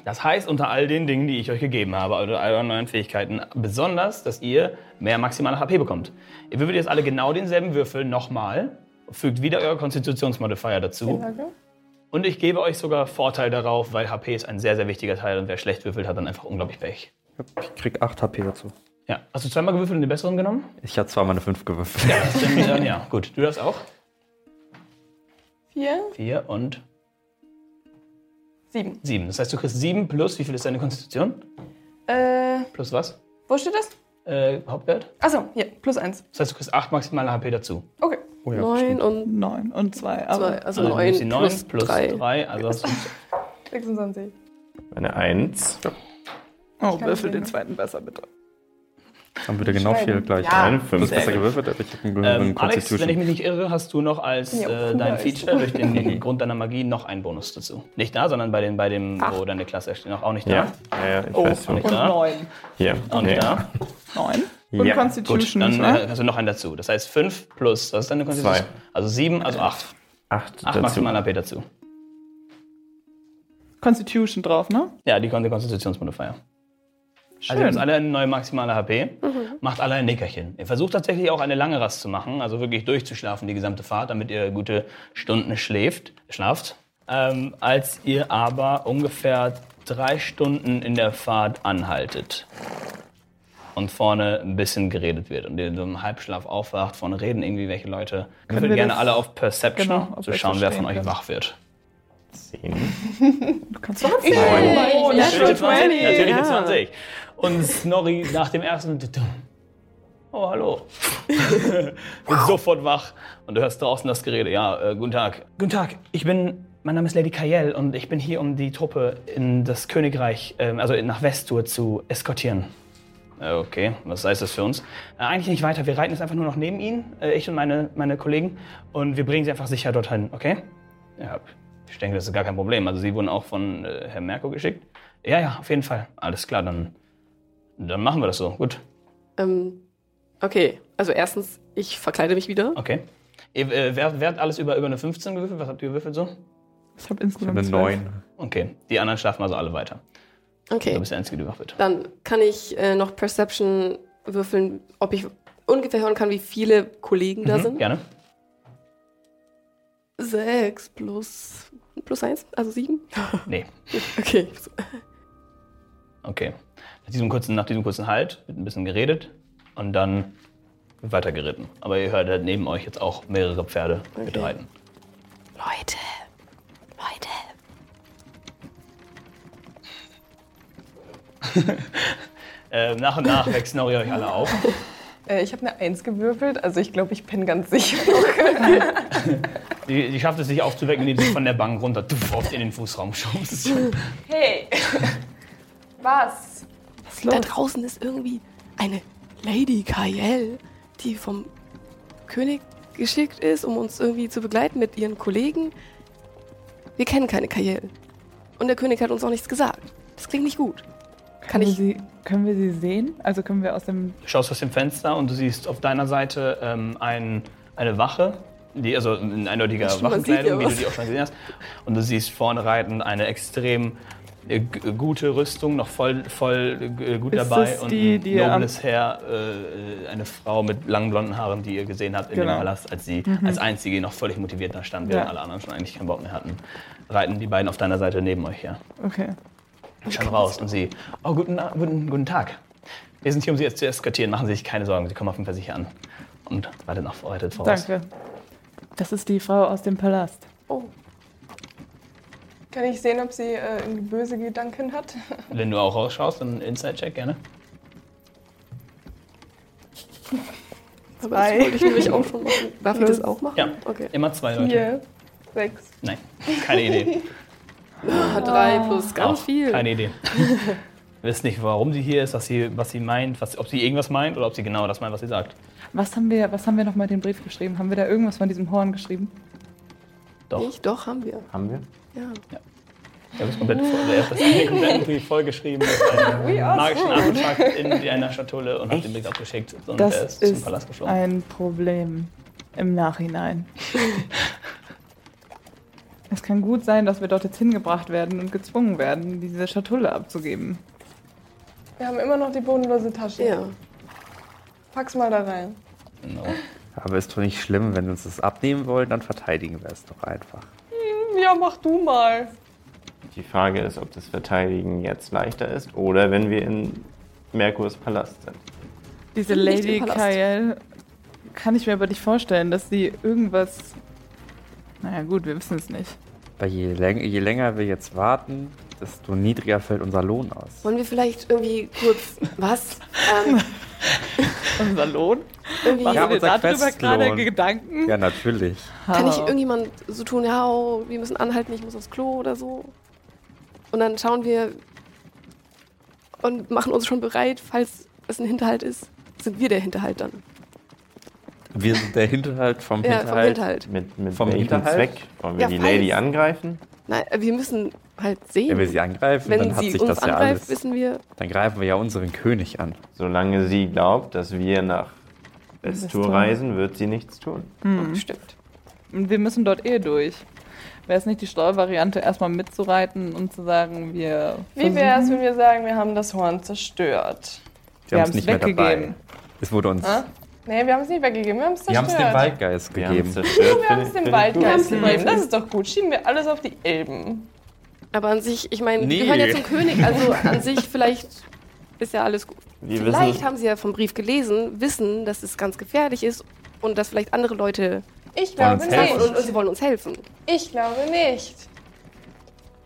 [SPEAKER 6] Das heißt, unter all den Dingen, die ich euch gegeben habe, oder all euren neuen Fähigkeiten, besonders, dass ihr mehr maximale HP bekommt. Ihr würfelt jetzt alle genau denselben Würfel nochmal, fügt wieder euer Konstitutionsmodifier dazu. Und ich gebe euch sogar Vorteil darauf, weil HP ist ein sehr, sehr wichtiger Teil und wer schlecht würfelt, hat dann einfach unglaublich Pech.
[SPEAKER 9] Ich krieg 8 HP dazu.
[SPEAKER 6] Ja. Hast du zweimal gewürfelt und den besseren genommen?
[SPEAKER 9] Ich hatte zweimal eine 5 gewürfelt.
[SPEAKER 6] Dann, dann ja, gut. Du darfst auch?
[SPEAKER 8] Vier,
[SPEAKER 6] Vier und
[SPEAKER 8] sieben.
[SPEAKER 6] sieben. Das heißt, du kriegst sieben plus, wie viel ist deine Konstitution?
[SPEAKER 8] Äh,
[SPEAKER 6] Plus was?
[SPEAKER 8] wo steht das?
[SPEAKER 6] äh, Hauptwert.
[SPEAKER 8] Achso, hier, plus eins.
[SPEAKER 6] Das heißt, du kriegst 8 maximale HP dazu.
[SPEAKER 8] Okay.
[SPEAKER 9] Oh ja,
[SPEAKER 7] neun und
[SPEAKER 4] Neun und zwei.
[SPEAKER 7] zwei.
[SPEAKER 4] Aber
[SPEAKER 7] Also
[SPEAKER 6] du nimmst die
[SPEAKER 7] neun
[SPEAKER 6] neun
[SPEAKER 7] plus drei.
[SPEAKER 6] also hast du
[SPEAKER 8] 26.
[SPEAKER 10] Eine Eins.
[SPEAKER 4] oh, würfel den zweiten besser, bitte.
[SPEAKER 9] Haben wieder genau vier gleich.
[SPEAKER 10] Eine
[SPEAKER 9] Du hast
[SPEAKER 10] Fünf.
[SPEAKER 9] besser gewürfelt, aber ich hab einen höheren
[SPEAKER 6] ähm, Alex, wenn ich mich nicht irre, hast du noch als
[SPEAKER 8] Ja,
[SPEAKER 6] äh,
[SPEAKER 8] cool,
[SPEAKER 6] dein
[SPEAKER 8] ist.
[SPEAKER 6] Feature durch den, den Grund deiner Magie noch einen Bonus dazu. Nicht da, sondern bei, den, bei dem, wo deine Klasse steht. Auch nicht da.
[SPEAKER 10] Ja. Ja, ja, ich
[SPEAKER 4] Oh,
[SPEAKER 10] weiß
[SPEAKER 4] und
[SPEAKER 10] nicht.
[SPEAKER 6] da.
[SPEAKER 4] neun.
[SPEAKER 10] Hier.
[SPEAKER 6] Auch nicht
[SPEAKER 10] Nee.
[SPEAKER 6] da.
[SPEAKER 4] Neun. Und
[SPEAKER 10] Ja,
[SPEAKER 6] Gut,
[SPEAKER 4] Constitution,
[SPEAKER 6] dann
[SPEAKER 4] nicht ne? wahr?
[SPEAKER 6] äh, hast du noch einen dazu. Das heißt 5 plus, was ist deine Konstitution?
[SPEAKER 10] Zwei. Äh,
[SPEAKER 6] Also 7, also 8.
[SPEAKER 10] Acht
[SPEAKER 6] 8
[SPEAKER 10] dazu.
[SPEAKER 6] maximale HP dazu.
[SPEAKER 4] Constitution drauf, ne?
[SPEAKER 6] Ja, die kommt der Konstitutionsmodifier. Also ihr habt
[SPEAKER 4] Schön.
[SPEAKER 6] alle eine neue maximale HP, macht alle ein Nickerchen. Ihr versucht tatsächlich auch eine lange Rast zu machen, also wirklich durchzuschlafen die gesamte Fahrt, damit ihr gute Stunden schläft, schlaft. Ähm, als ihr aber ungefähr drei Stunden in der Fahrt anhaltet und vorne ein bisschen geredet wird und ihr so im Halbschlaf aufwacht, vorne reden irgendwie welche Leute. Ich
[SPEAKER 4] wir
[SPEAKER 6] würde gerne
[SPEAKER 4] das-
[SPEAKER 6] alle auf Perception
[SPEAKER 4] Genau, ob
[SPEAKER 6] zu
[SPEAKER 4] wir
[SPEAKER 6] schauen, wer
[SPEAKER 4] verstehen
[SPEAKER 6] von euch
[SPEAKER 4] können.
[SPEAKER 6] wach wird.
[SPEAKER 4] Ich
[SPEAKER 7] Oh, Natural 20.
[SPEAKER 6] Natürlich eine
[SPEAKER 7] ja.
[SPEAKER 6] 20. Und Snorri nach dem ersten. Dittum. Oh, hallo. Wird sofort wach und du hörst draußen das Gerede. Ja, äh, guten Tag. Guten Tag, ich bin. Mein Name ist Lady Kayel und ich bin hier, um die Truppe in das Königreich, ähm, also nach Westur zu eskortieren. Äh, Okay, was heißt das für uns? Äh, eigentlich nicht weiter. Wir reiten jetzt einfach nur noch neben Ihnen, äh, ich und meine, meine Kollegen, und wir bringen Sie einfach sicher dorthin, okay? Ja, ich denke, das ist gar kein Problem. Also Sie wurden auch von äh, Herrn Merko geschickt. Ja, ja, auf jeden Fall. Alles klar, dann, dann machen wir das so. Gut,
[SPEAKER 7] Ähm, okay, also erstens, ich verkleide mich wieder.
[SPEAKER 6] okay. Ihr, äh, wer, wer hat alles über, über eine 15 gewürfelt? Was habt ihr gewürfelt so?
[SPEAKER 4] Ich habe insgesamt
[SPEAKER 1] Eine
[SPEAKER 4] zwölf.
[SPEAKER 1] 9.
[SPEAKER 6] Okay, die anderen schlafen also alle weiter. Du
[SPEAKER 7] Okay,
[SPEAKER 6] bist der Einzige, der wach wird.
[SPEAKER 7] dann kann ich äh, noch Perception würfeln, ob ich ungefähr hören kann, wie viele Kollegen da
[SPEAKER 6] Mhm,
[SPEAKER 7] sind.
[SPEAKER 6] Gerne.
[SPEAKER 7] Sechs plus, plus eins, also sieben.
[SPEAKER 6] Nee.
[SPEAKER 7] Okay,
[SPEAKER 6] Okay. Nach diesem kurzen, nach diesem kurzen Halt wird ein bisschen geredet und dann wird weiter geritten. Aber ihr hört halt neben euch jetzt auch mehrere Pferde mitreiten.
[SPEAKER 7] Leute, Leute.
[SPEAKER 6] Ähm, nach und nach wächst Nori euch alle auf.
[SPEAKER 8] Äh, ich habe eine Eins gewürfelt, also ich glaube, ich bin ganz sicher.
[SPEAKER 6] Die, die schafft es sich aufzuwecken, indem sie von der Bank runter tuff, auf in den Fußraum schubst.
[SPEAKER 8] Hey! Was?
[SPEAKER 7] Da draußen ist irgendwie eine Lady Kayel, die vom König geschickt ist, um uns irgendwie zu begleiten mit ihren Kollegen. Wir kennen keine Kayel. Und der König hat uns auch nichts gesagt. Das klingt nicht gut. Kann
[SPEAKER 4] Können wir
[SPEAKER 7] ich.
[SPEAKER 4] sie, können wir sie sehen? Also können wir aus dem.
[SPEAKER 6] Du schaust aus dem Fenster und du siehst auf deiner Seite ähm, ein, eine Wache, die, also in eindeutiger
[SPEAKER 7] Stimmt, man sieht ja
[SPEAKER 6] Wachenkleidung, wie du
[SPEAKER 7] was.
[SPEAKER 6] die auch schon gesehen hast. Und du siehst vorne reitend eine extrem äh, g- gute Rüstung, noch voll, voll äh, gut
[SPEAKER 4] Ist
[SPEAKER 6] dabei.
[SPEAKER 4] das
[SPEAKER 6] und
[SPEAKER 4] die,
[SPEAKER 6] ein
[SPEAKER 4] die am-
[SPEAKER 6] nobles Herr, äh, eine Frau mit langen blonden Haaren, die ihr gesehen habt in
[SPEAKER 4] Genau.
[SPEAKER 6] dem Palast, als sie als einzige noch völlig motiviert da stand,
[SPEAKER 4] Ja.
[SPEAKER 6] während alle anderen schon eigentlich keinen Bock mehr hatten. Reiten die beiden auf deiner Seite neben euch her.
[SPEAKER 4] Okay.
[SPEAKER 6] Schon raus und sie. Oh, guten, Na- guten, guten Tag. Wir sind hier, um Sie jetzt zu eskortieren. Machen Sie sich keine Sorgen. Sie kommen auf jeden Fall sicher an. Und weiter nach reitet voraus.
[SPEAKER 4] Danke. Das ist die Frau aus dem Palast.
[SPEAKER 8] Kann ich sehen, ob sie äh, irgendwie böse Gedanken hat?
[SPEAKER 6] Wenn du auch rausschaust, dann Inside-Check gerne.
[SPEAKER 7] Aber das wollte ich nämlich auch schon machen. Darf ich das
[SPEAKER 8] Plus.
[SPEAKER 7] auch machen?
[SPEAKER 6] Ja,
[SPEAKER 7] Okay.
[SPEAKER 6] immer zwei Leute.
[SPEAKER 8] Vier, sechs.
[SPEAKER 6] Nein, keine Idee.
[SPEAKER 7] Ah, drei plus ganz
[SPEAKER 6] Auch
[SPEAKER 7] viel.
[SPEAKER 6] Keine Idee. Wisst nicht, warum sie hier ist, was sie, was sie meint, was, ob sie irgendwas meint oder ob sie genau das meint, was sie sagt.
[SPEAKER 4] Was haben wir, was haben wir nochmal den Brief geschrieben? Haben wir da irgendwas von diesem Horn geschrieben?
[SPEAKER 6] Doch.
[SPEAKER 7] Nicht? Doch, haben wir.
[SPEAKER 10] Haben wir?
[SPEAKER 7] Ja.
[SPEAKER 6] Er ist komplett voll, er hat das Ende komplett irgendwie vollgeschrieben mit einem magischen Artefakt in einer Schatulle und hat den Blick abgeschickt und
[SPEAKER 4] Das
[SPEAKER 6] er ist, zum
[SPEAKER 4] ist
[SPEAKER 6] Palast geflogen.
[SPEAKER 4] ein Problem im Nachhinein. es kann gut sein, dass wir dort jetzt hingebracht werden und gezwungen werden, diese Schatulle abzugeben.
[SPEAKER 8] Wir haben immer noch die bodenlose Tasche.
[SPEAKER 7] Ja.
[SPEAKER 8] Pack's mal da rein.
[SPEAKER 6] Genau.
[SPEAKER 9] Aber ist doch nicht schlimm, wenn wir uns das abnehmen wollen, dann verteidigen wir es doch einfach.
[SPEAKER 8] Ja, mach du mal.
[SPEAKER 10] Die Frage ist, ob das Verteidigen jetzt leichter ist oder wenn wir in Merkurs Palast sind.
[SPEAKER 4] Diese
[SPEAKER 7] Nicht im
[SPEAKER 4] Lady
[SPEAKER 7] Palast.
[SPEAKER 4] Kael kann ich mir aber nicht vorstellen, dass sie irgendwas. Naja, gut, wir wissen es nicht.
[SPEAKER 9] Weil je, läng je länger wir jetzt warten, desto niedriger fällt unser Lohn aus.
[SPEAKER 7] Wollen wir vielleicht irgendwie kurz. Was? Ähm,
[SPEAKER 4] Unser Lohn?
[SPEAKER 7] irgendwie.
[SPEAKER 4] Machen
[SPEAKER 9] Ja,
[SPEAKER 4] wir
[SPEAKER 9] unser
[SPEAKER 4] darüber gerade
[SPEAKER 9] Questlohn.
[SPEAKER 4] Gedanken?
[SPEAKER 9] Ja, natürlich.
[SPEAKER 7] Kann nicht irgendjemand so tun, ja, oh, wir müssen anhalten, ich muss aufs Klo oder so? Und dann schauen wir und machen uns schon bereit, falls es ein Hinterhalt ist, sind wir der Hinterhalt dann.
[SPEAKER 1] Wir sind der Hinter.
[SPEAKER 9] Hinterhalt vom
[SPEAKER 7] Ja, vom
[SPEAKER 9] Hinterhalt.
[SPEAKER 7] Hinterhalt.
[SPEAKER 10] Mit, mit
[SPEAKER 9] Vom
[SPEAKER 10] welchem
[SPEAKER 9] Hinterhalt?
[SPEAKER 10] Zweck? Wollen wir
[SPEAKER 7] Ja,
[SPEAKER 10] die
[SPEAKER 7] falls-
[SPEAKER 10] Lady angreifen?
[SPEAKER 7] Nein, äh, wir müssen halt sehen.
[SPEAKER 9] Wenn wir sie angreifen,
[SPEAKER 7] Wenn
[SPEAKER 9] dann hat
[SPEAKER 7] sie
[SPEAKER 9] sich
[SPEAKER 7] uns
[SPEAKER 9] das ja
[SPEAKER 7] angreift,
[SPEAKER 9] alles.
[SPEAKER 7] wissen wir,
[SPEAKER 9] Dann greifen wir ja unseren König an.
[SPEAKER 10] Solange sie glaubt, dass wir nach Westur reisen, wird sie nichts tun.
[SPEAKER 4] Hm.
[SPEAKER 7] stimmt.
[SPEAKER 4] Und wir müssen dort eh durch. Wäre es nicht die schlaue Variante, erstmal mitzureiten und zu sagen, wir.
[SPEAKER 8] Wie
[SPEAKER 4] versuchen-
[SPEAKER 8] wär's, wenn wir sagen, wir haben das Horn zerstört?
[SPEAKER 9] Wir,
[SPEAKER 4] Wir
[SPEAKER 9] haben es
[SPEAKER 4] haben's
[SPEAKER 9] nicht mehr dabei.
[SPEAKER 4] weggegeben.
[SPEAKER 7] Ah,
[SPEAKER 9] Es wurde uns
[SPEAKER 8] Hä? Nee, wir haben es nicht weggegeben, wir haben es
[SPEAKER 9] Wir haben
[SPEAKER 8] zerstört.
[SPEAKER 9] es dem Waldgeist
[SPEAKER 10] Wir
[SPEAKER 9] gegeben.
[SPEAKER 10] haben's zerstört,
[SPEAKER 8] Wir haben
[SPEAKER 10] finde
[SPEAKER 8] es
[SPEAKER 10] ich-
[SPEAKER 8] dem
[SPEAKER 10] finde ich
[SPEAKER 8] Waldgeist
[SPEAKER 10] gut.
[SPEAKER 8] gegeben. Das ist doch gut. Schieben wir alles auf die Elben.
[SPEAKER 7] Aber an sich, ich meine,
[SPEAKER 9] Nee.
[SPEAKER 7] die gehören ja zum König, also an sich vielleicht ist ja alles gut.
[SPEAKER 10] Wir
[SPEAKER 7] vielleicht
[SPEAKER 10] wissen-
[SPEAKER 7] haben sie ja vom Brief gelesen, wissen, dass es ganz gefährlich ist und dass vielleicht andere Leute
[SPEAKER 8] Ich
[SPEAKER 9] Wollen
[SPEAKER 8] glaube
[SPEAKER 9] uns
[SPEAKER 8] nicht.
[SPEAKER 9] helfen?
[SPEAKER 7] und, und sie wollen uns helfen.
[SPEAKER 8] Ich glaube nicht.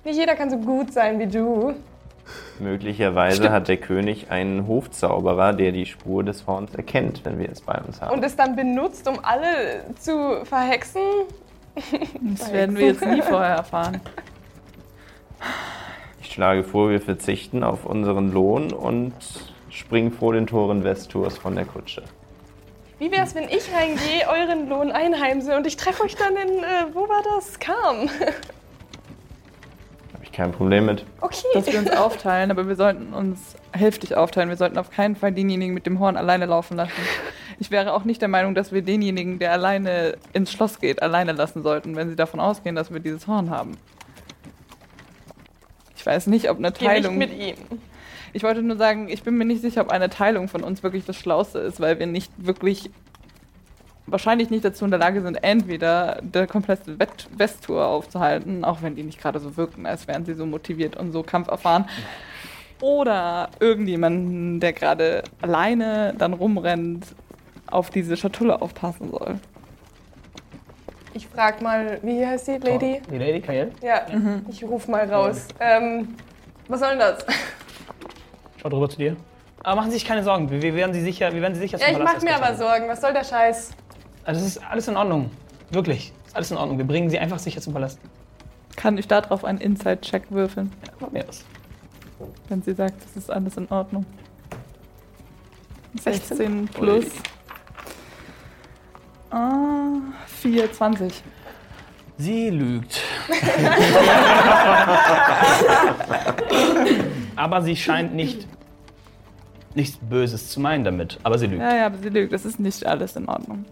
[SPEAKER 8] Nicht jeder kann so gut sein wie du.
[SPEAKER 10] Möglicherweise hat der König einen Hofzauberer, der die Spur des Horns erkennt, wenn wir es bei uns haben.
[SPEAKER 8] Und es dann benutzt, um alle zu verhexen.
[SPEAKER 4] Das werden wir jetzt nie vorher erfahren.
[SPEAKER 10] ich schlage vor, wir verzichten auf unseren Lohn und springen vor den Toren Westtours von der Kutsche.
[SPEAKER 8] Wie wär's, wenn ich reingehe, euren Lohn einheimse und ich treffe euch dann in, äh, wo war das? Kam.
[SPEAKER 10] Habe ich kein Problem mit.
[SPEAKER 4] Dass
[SPEAKER 8] Okay.
[SPEAKER 4] wir uns aufteilen, aber wir sollten uns hälftig aufteilen. Wir sollten auf keinen Fall denjenigen mit dem Horn alleine laufen lassen. Ich wäre auch nicht der Meinung, dass wir denjenigen, der alleine ins Schloss geht, alleine lassen sollten, wenn sie davon ausgehen, dass wir dieses Horn haben. Ich weiß nicht, ob eine
[SPEAKER 8] Geh nicht
[SPEAKER 4] Teilung.
[SPEAKER 8] mit ihm.
[SPEAKER 4] Ich wollte nur sagen, ich bin mir nicht sicher, ob eine Teilung von uns wirklich das Schlauste ist, weil wir nicht wirklich wahrscheinlich nicht dazu in der Lage sind, entweder der komplette Wett- Westtour aufzuhalten, auch wenn die nicht gerade so wirken, als wären sie so motiviert und so kampferfahren, oder irgendjemanden, der gerade alleine dann rumrennt, auf diese Schatulle aufpassen soll.
[SPEAKER 8] Ich frag mal, wie heißt die Lady?
[SPEAKER 5] Die Lady Kyle
[SPEAKER 8] Ja, ich ruf mal raus. Ähm, was soll denn das?
[SPEAKER 5] schaut rüber zu dir. Aber machen Sie sich keine Sorgen, wir, wir werden Sie sicher, wir werden Sie sicher
[SPEAKER 8] Ja,
[SPEAKER 5] zum
[SPEAKER 8] ich
[SPEAKER 5] Palast
[SPEAKER 8] mach mir aber
[SPEAKER 5] eskortieren.
[SPEAKER 8] Sorgen. Was soll der Scheiß?
[SPEAKER 5] Also es ist alles in Ordnung, wirklich. Es Ist alles in Ordnung. Wir bringen Sie einfach sicher zum Palast.
[SPEAKER 4] Kann ich darauf einen Inside-Check würfeln,
[SPEAKER 5] Mach mir das.
[SPEAKER 4] wenn sie sagt, das ist alles in Ordnung?
[SPEAKER 7] 16.
[SPEAKER 4] 16 plus. Ah, 4, 20.
[SPEAKER 6] Sie lügt.
[SPEAKER 5] Aber sie scheint nicht.
[SPEAKER 6] Nicht, nichts Böses zu meinen damit, aber sie lügt.
[SPEAKER 4] Ja, ja, aber sie lügt. Es ist nicht alles in Ordnung.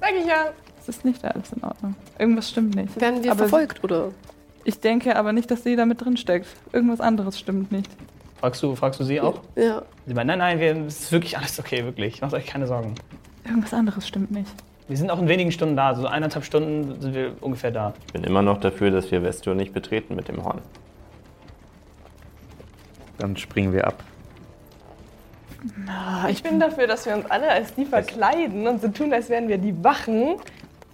[SPEAKER 8] Sag ich ja.
[SPEAKER 4] Es ist nicht alles in Ordnung. Irgendwas stimmt nicht.
[SPEAKER 7] Werden wir
[SPEAKER 4] Aber-
[SPEAKER 7] verfolgt, oder?
[SPEAKER 4] Ich denke aber nicht, dass sie da mit drin steckt. Irgendwas anderes stimmt nicht.
[SPEAKER 5] Fragst du, fragst du sie auch?
[SPEAKER 7] Ja.
[SPEAKER 5] Sie meint, nein, nein, wir, es ist wirklich alles okay, wirklich. Macht euch keine Sorgen.
[SPEAKER 4] Irgendwas anderes stimmt nicht.
[SPEAKER 5] Wir sind auch in wenigen Stunden da, so eineinhalb Stunden sind wir ungefähr da.
[SPEAKER 10] Ich bin immer noch dafür, dass wir Westtour nicht betreten mit dem Horn.
[SPEAKER 9] Dann springen wir ab.
[SPEAKER 4] Ah,
[SPEAKER 8] Ich bin dafür, dass wir uns alle als die verkleiden und so tun, als wären wir die Wachen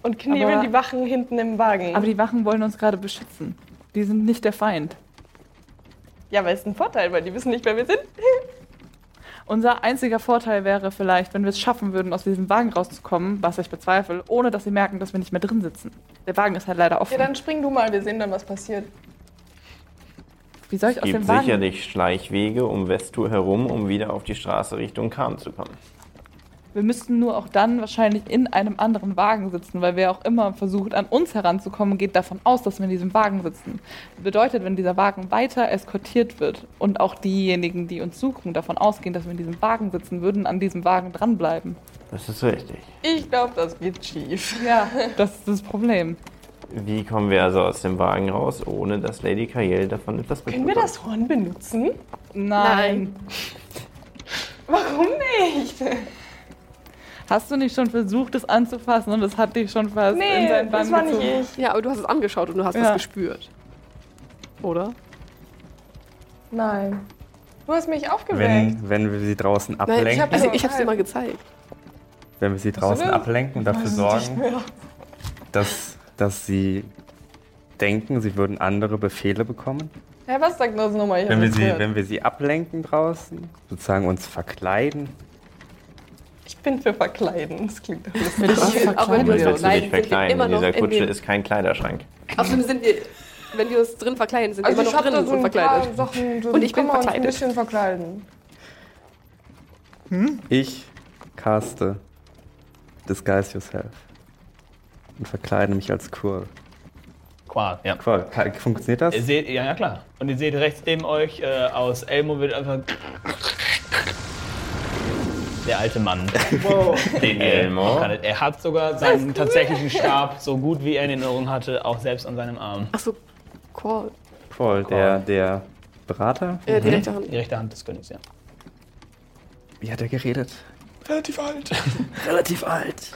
[SPEAKER 8] und knebeln
[SPEAKER 4] Aber-
[SPEAKER 8] die Wachen hinten im Wagen.
[SPEAKER 4] Aber die Wachen wollen uns gerade beschützen. Die sind nicht der Feind.
[SPEAKER 8] ja, weil es ein Vorteil, weil die wissen nicht, wer wir sind.
[SPEAKER 4] Unser einziger Vorteil wäre vielleicht, wenn wir es schaffen würden, aus diesem Wagen rauszukommen, was ich bezweifle, ohne dass sie merken, dass wir nicht mehr drin sitzen. Der Wagen ist halt leider offen.
[SPEAKER 8] Ja, dann spring du mal, wir sehen dann, was passiert.
[SPEAKER 4] Wie soll ich
[SPEAKER 10] Es
[SPEAKER 4] aus
[SPEAKER 10] gibt
[SPEAKER 4] dem Wagen?
[SPEAKER 10] sicherlich Schleichwege um Westtour herum, um wieder auf die Straße Richtung Kam zu kommen.
[SPEAKER 4] Wir müssten nur auch dann wahrscheinlich in einem anderen Wagen sitzen, weil wer auch immer versucht, an uns heranzukommen, geht davon aus, dass wir in diesem Wagen sitzen. Bedeutet, wenn dieser Wagen weiter eskortiert wird und auch diejenigen, die uns suchen, davon ausgehen, dass wir in diesem Wagen sitzen, würden an diesem Wagen dranbleiben.
[SPEAKER 10] Das ist richtig.
[SPEAKER 8] Ich glaube, das geht schief.
[SPEAKER 4] Ja, das ist das Problem.
[SPEAKER 10] Wie kommen wir also aus dem Wagen raus, ohne dass Lady Kayel davon etwas
[SPEAKER 8] Können wir das Horn benutzen?
[SPEAKER 4] Nein.
[SPEAKER 8] Warum nicht?
[SPEAKER 4] Hast du nicht schon versucht, es anzufassen und es hat dich schon fast in
[SPEAKER 8] Nee,
[SPEAKER 4] sein
[SPEAKER 8] das
[SPEAKER 4] Bann
[SPEAKER 8] war nicht
[SPEAKER 4] gezogen?
[SPEAKER 8] ich.
[SPEAKER 7] Ja, aber du hast es angeschaut und du hast
[SPEAKER 4] Ja.
[SPEAKER 7] das gespürt. Oder?
[SPEAKER 8] Nein. Du hast mich aufgeweckt.
[SPEAKER 9] Wenn, wenn wir sie draußen
[SPEAKER 7] Nein,
[SPEAKER 9] ablenken,
[SPEAKER 7] ich habe also, ich hab's dir
[SPEAKER 8] halb.
[SPEAKER 7] mal gezeigt.
[SPEAKER 9] wenn wir sie draußen
[SPEAKER 8] denn?
[SPEAKER 9] ablenken und dafür sorgen, dass, dass sie denken, sie würden andere Befehle bekommen.
[SPEAKER 8] Hä, was sagt das nochmal? Ich hab
[SPEAKER 9] Wenn wir
[SPEAKER 8] das
[SPEAKER 9] sie,
[SPEAKER 8] gehört.
[SPEAKER 9] wenn wir sie ablenken draußen, sozusagen uns verkleiden.
[SPEAKER 8] ich bin für Verkleiden. Das klingt doch lustig.
[SPEAKER 7] Auch wenn wir
[SPEAKER 10] Willst
[SPEAKER 7] uns
[SPEAKER 10] du dich
[SPEAKER 7] verkleiden, sind wir
[SPEAKER 10] verkleiden?
[SPEAKER 7] immer
[SPEAKER 10] In
[SPEAKER 7] noch
[SPEAKER 10] dieser
[SPEAKER 7] in
[SPEAKER 10] Kutsche
[SPEAKER 7] den,
[SPEAKER 10] ist kein Kleiderschrank.
[SPEAKER 7] Außerdem sind wir, wenn wir uns drin verkleiden, sind wir
[SPEAKER 8] Also
[SPEAKER 7] immer
[SPEAKER 8] ich
[SPEAKER 7] noch
[SPEAKER 8] hab
[SPEAKER 7] drin
[SPEAKER 8] da so
[SPEAKER 7] und
[SPEAKER 8] ein paar
[SPEAKER 7] verkleidet.
[SPEAKER 8] Sachen. So
[SPEAKER 7] Und ich bin
[SPEAKER 8] kann man uns
[SPEAKER 7] verkleidet.
[SPEAKER 8] ein bisschen verkleiden.
[SPEAKER 9] Ich caste Disguise Yourself und verkleide mich als Quirl.
[SPEAKER 6] Qua, ja.
[SPEAKER 9] Quirl, ka- funktioniert das?
[SPEAKER 6] Ihr seht, ja, ja klar. Und ihr seht rechts neben euch äh, aus Elmo wird einfach der alte Mann. Den ihr
[SPEAKER 10] Elmo.
[SPEAKER 6] noch kanntet. Er hat sogar seinen tatsächlichen Stab, so gut wie er ihn in Erinnerung hatte, auch selbst an seinem Arm.
[SPEAKER 7] Achso, Call.
[SPEAKER 10] Mhm.
[SPEAKER 9] Quirl, der, der Berater?
[SPEAKER 7] Äh, direkt daran.
[SPEAKER 6] Die rechte Hand des Königs, ja.
[SPEAKER 9] Wie hat er geredet?
[SPEAKER 11] Relativ alt. Relativ alt.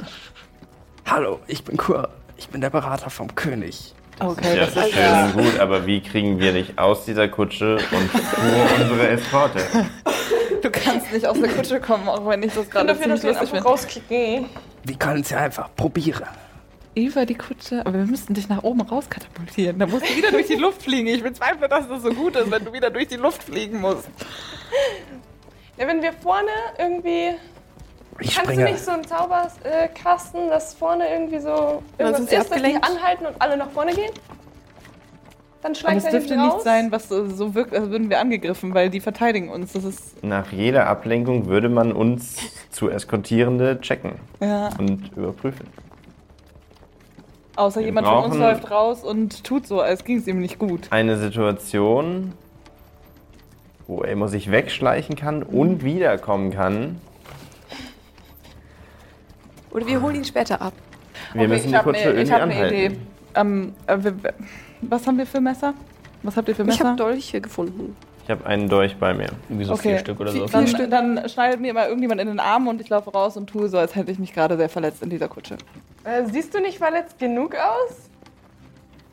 [SPEAKER 11] Hallo, ich bin Kur. Ich bin der Berater vom König.
[SPEAKER 10] Okay, ja, das ist schön und gut, aber wie kriegen wir dich aus dieser Kutsche und vor unsere Eskorte?
[SPEAKER 4] Du kannst nicht aus der Kutsche kommen, auch wenn ich das
[SPEAKER 8] Und
[SPEAKER 4] gerade
[SPEAKER 8] dafür, dass
[SPEAKER 4] ziemlich
[SPEAKER 8] wir ihn
[SPEAKER 4] lustig
[SPEAKER 8] einfach
[SPEAKER 4] finde.
[SPEAKER 8] rauskicken.
[SPEAKER 11] Wir können es ja einfach probieren.
[SPEAKER 4] Über die Kutsche, aber wir müssten dich nach oben rauskatapultieren. Da musst du wieder durch die Luft fliegen. Ich bezweifle, dass das so gut ist, wenn du wieder durch die Luft fliegen musst.
[SPEAKER 8] Ja, wenn wir vorne irgendwie.
[SPEAKER 11] Ich
[SPEAKER 8] kannst
[SPEAKER 11] springe.
[SPEAKER 8] du nicht so einen Zauber äh, casten, dass vorne irgendwie so
[SPEAKER 4] Dann
[SPEAKER 8] irgendwas
[SPEAKER 4] sind
[SPEAKER 8] ist,
[SPEAKER 4] sie
[SPEAKER 8] dass die
[SPEAKER 4] abgelenkt.
[SPEAKER 8] anhalten und alle nach vorne gehen? Dann
[SPEAKER 4] Und
[SPEAKER 8] schleicht
[SPEAKER 4] es
[SPEAKER 8] er
[SPEAKER 4] dürfte
[SPEAKER 8] hinten raus.
[SPEAKER 4] nicht sein, was so- so wirkt, als würden wir angegriffen, weil die verteidigen uns. Das ist.
[SPEAKER 10] Nach jeder Ablenkung würde man uns zu Eskortierende checken
[SPEAKER 4] Ja.
[SPEAKER 10] und überprüfen.
[SPEAKER 4] Außer
[SPEAKER 10] Wir
[SPEAKER 4] jemand von uns
[SPEAKER 10] brauchen-
[SPEAKER 4] läuft raus und tut so, als ging es ihm nicht gut.
[SPEAKER 10] Eine Situation, wo Elmo sich wegschleichen kann und wiederkommen kann.
[SPEAKER 7] Oder wir holen ihn später ab.
[SPEAKER 10] Wir müssen die Kutsche irgendwie anhalten.
[SPEAKER 4] Ähm, äh, wir- wir- was haben wir für Messer? Was habt ihr für
[SPEAKER 7] Ich
[SPEAKER 4] Messer?
[SPEAKER 7] habe Dolche gefunden.
[SPEAKER 10] Ich habe einen Dolch bei mir.
[SPEAKER 6] Irgendwie so vier Stück oder so.
[SPEAKER 4] Dann, dann schneidet mir mal irgendjemand in den Arm und ich laufe raus und tue so, als hätte ich mich gerade sehr verletzt in dieser Kutsche.
[SPEAKER 8] Äh, siehst du nicht verletzt genug aus?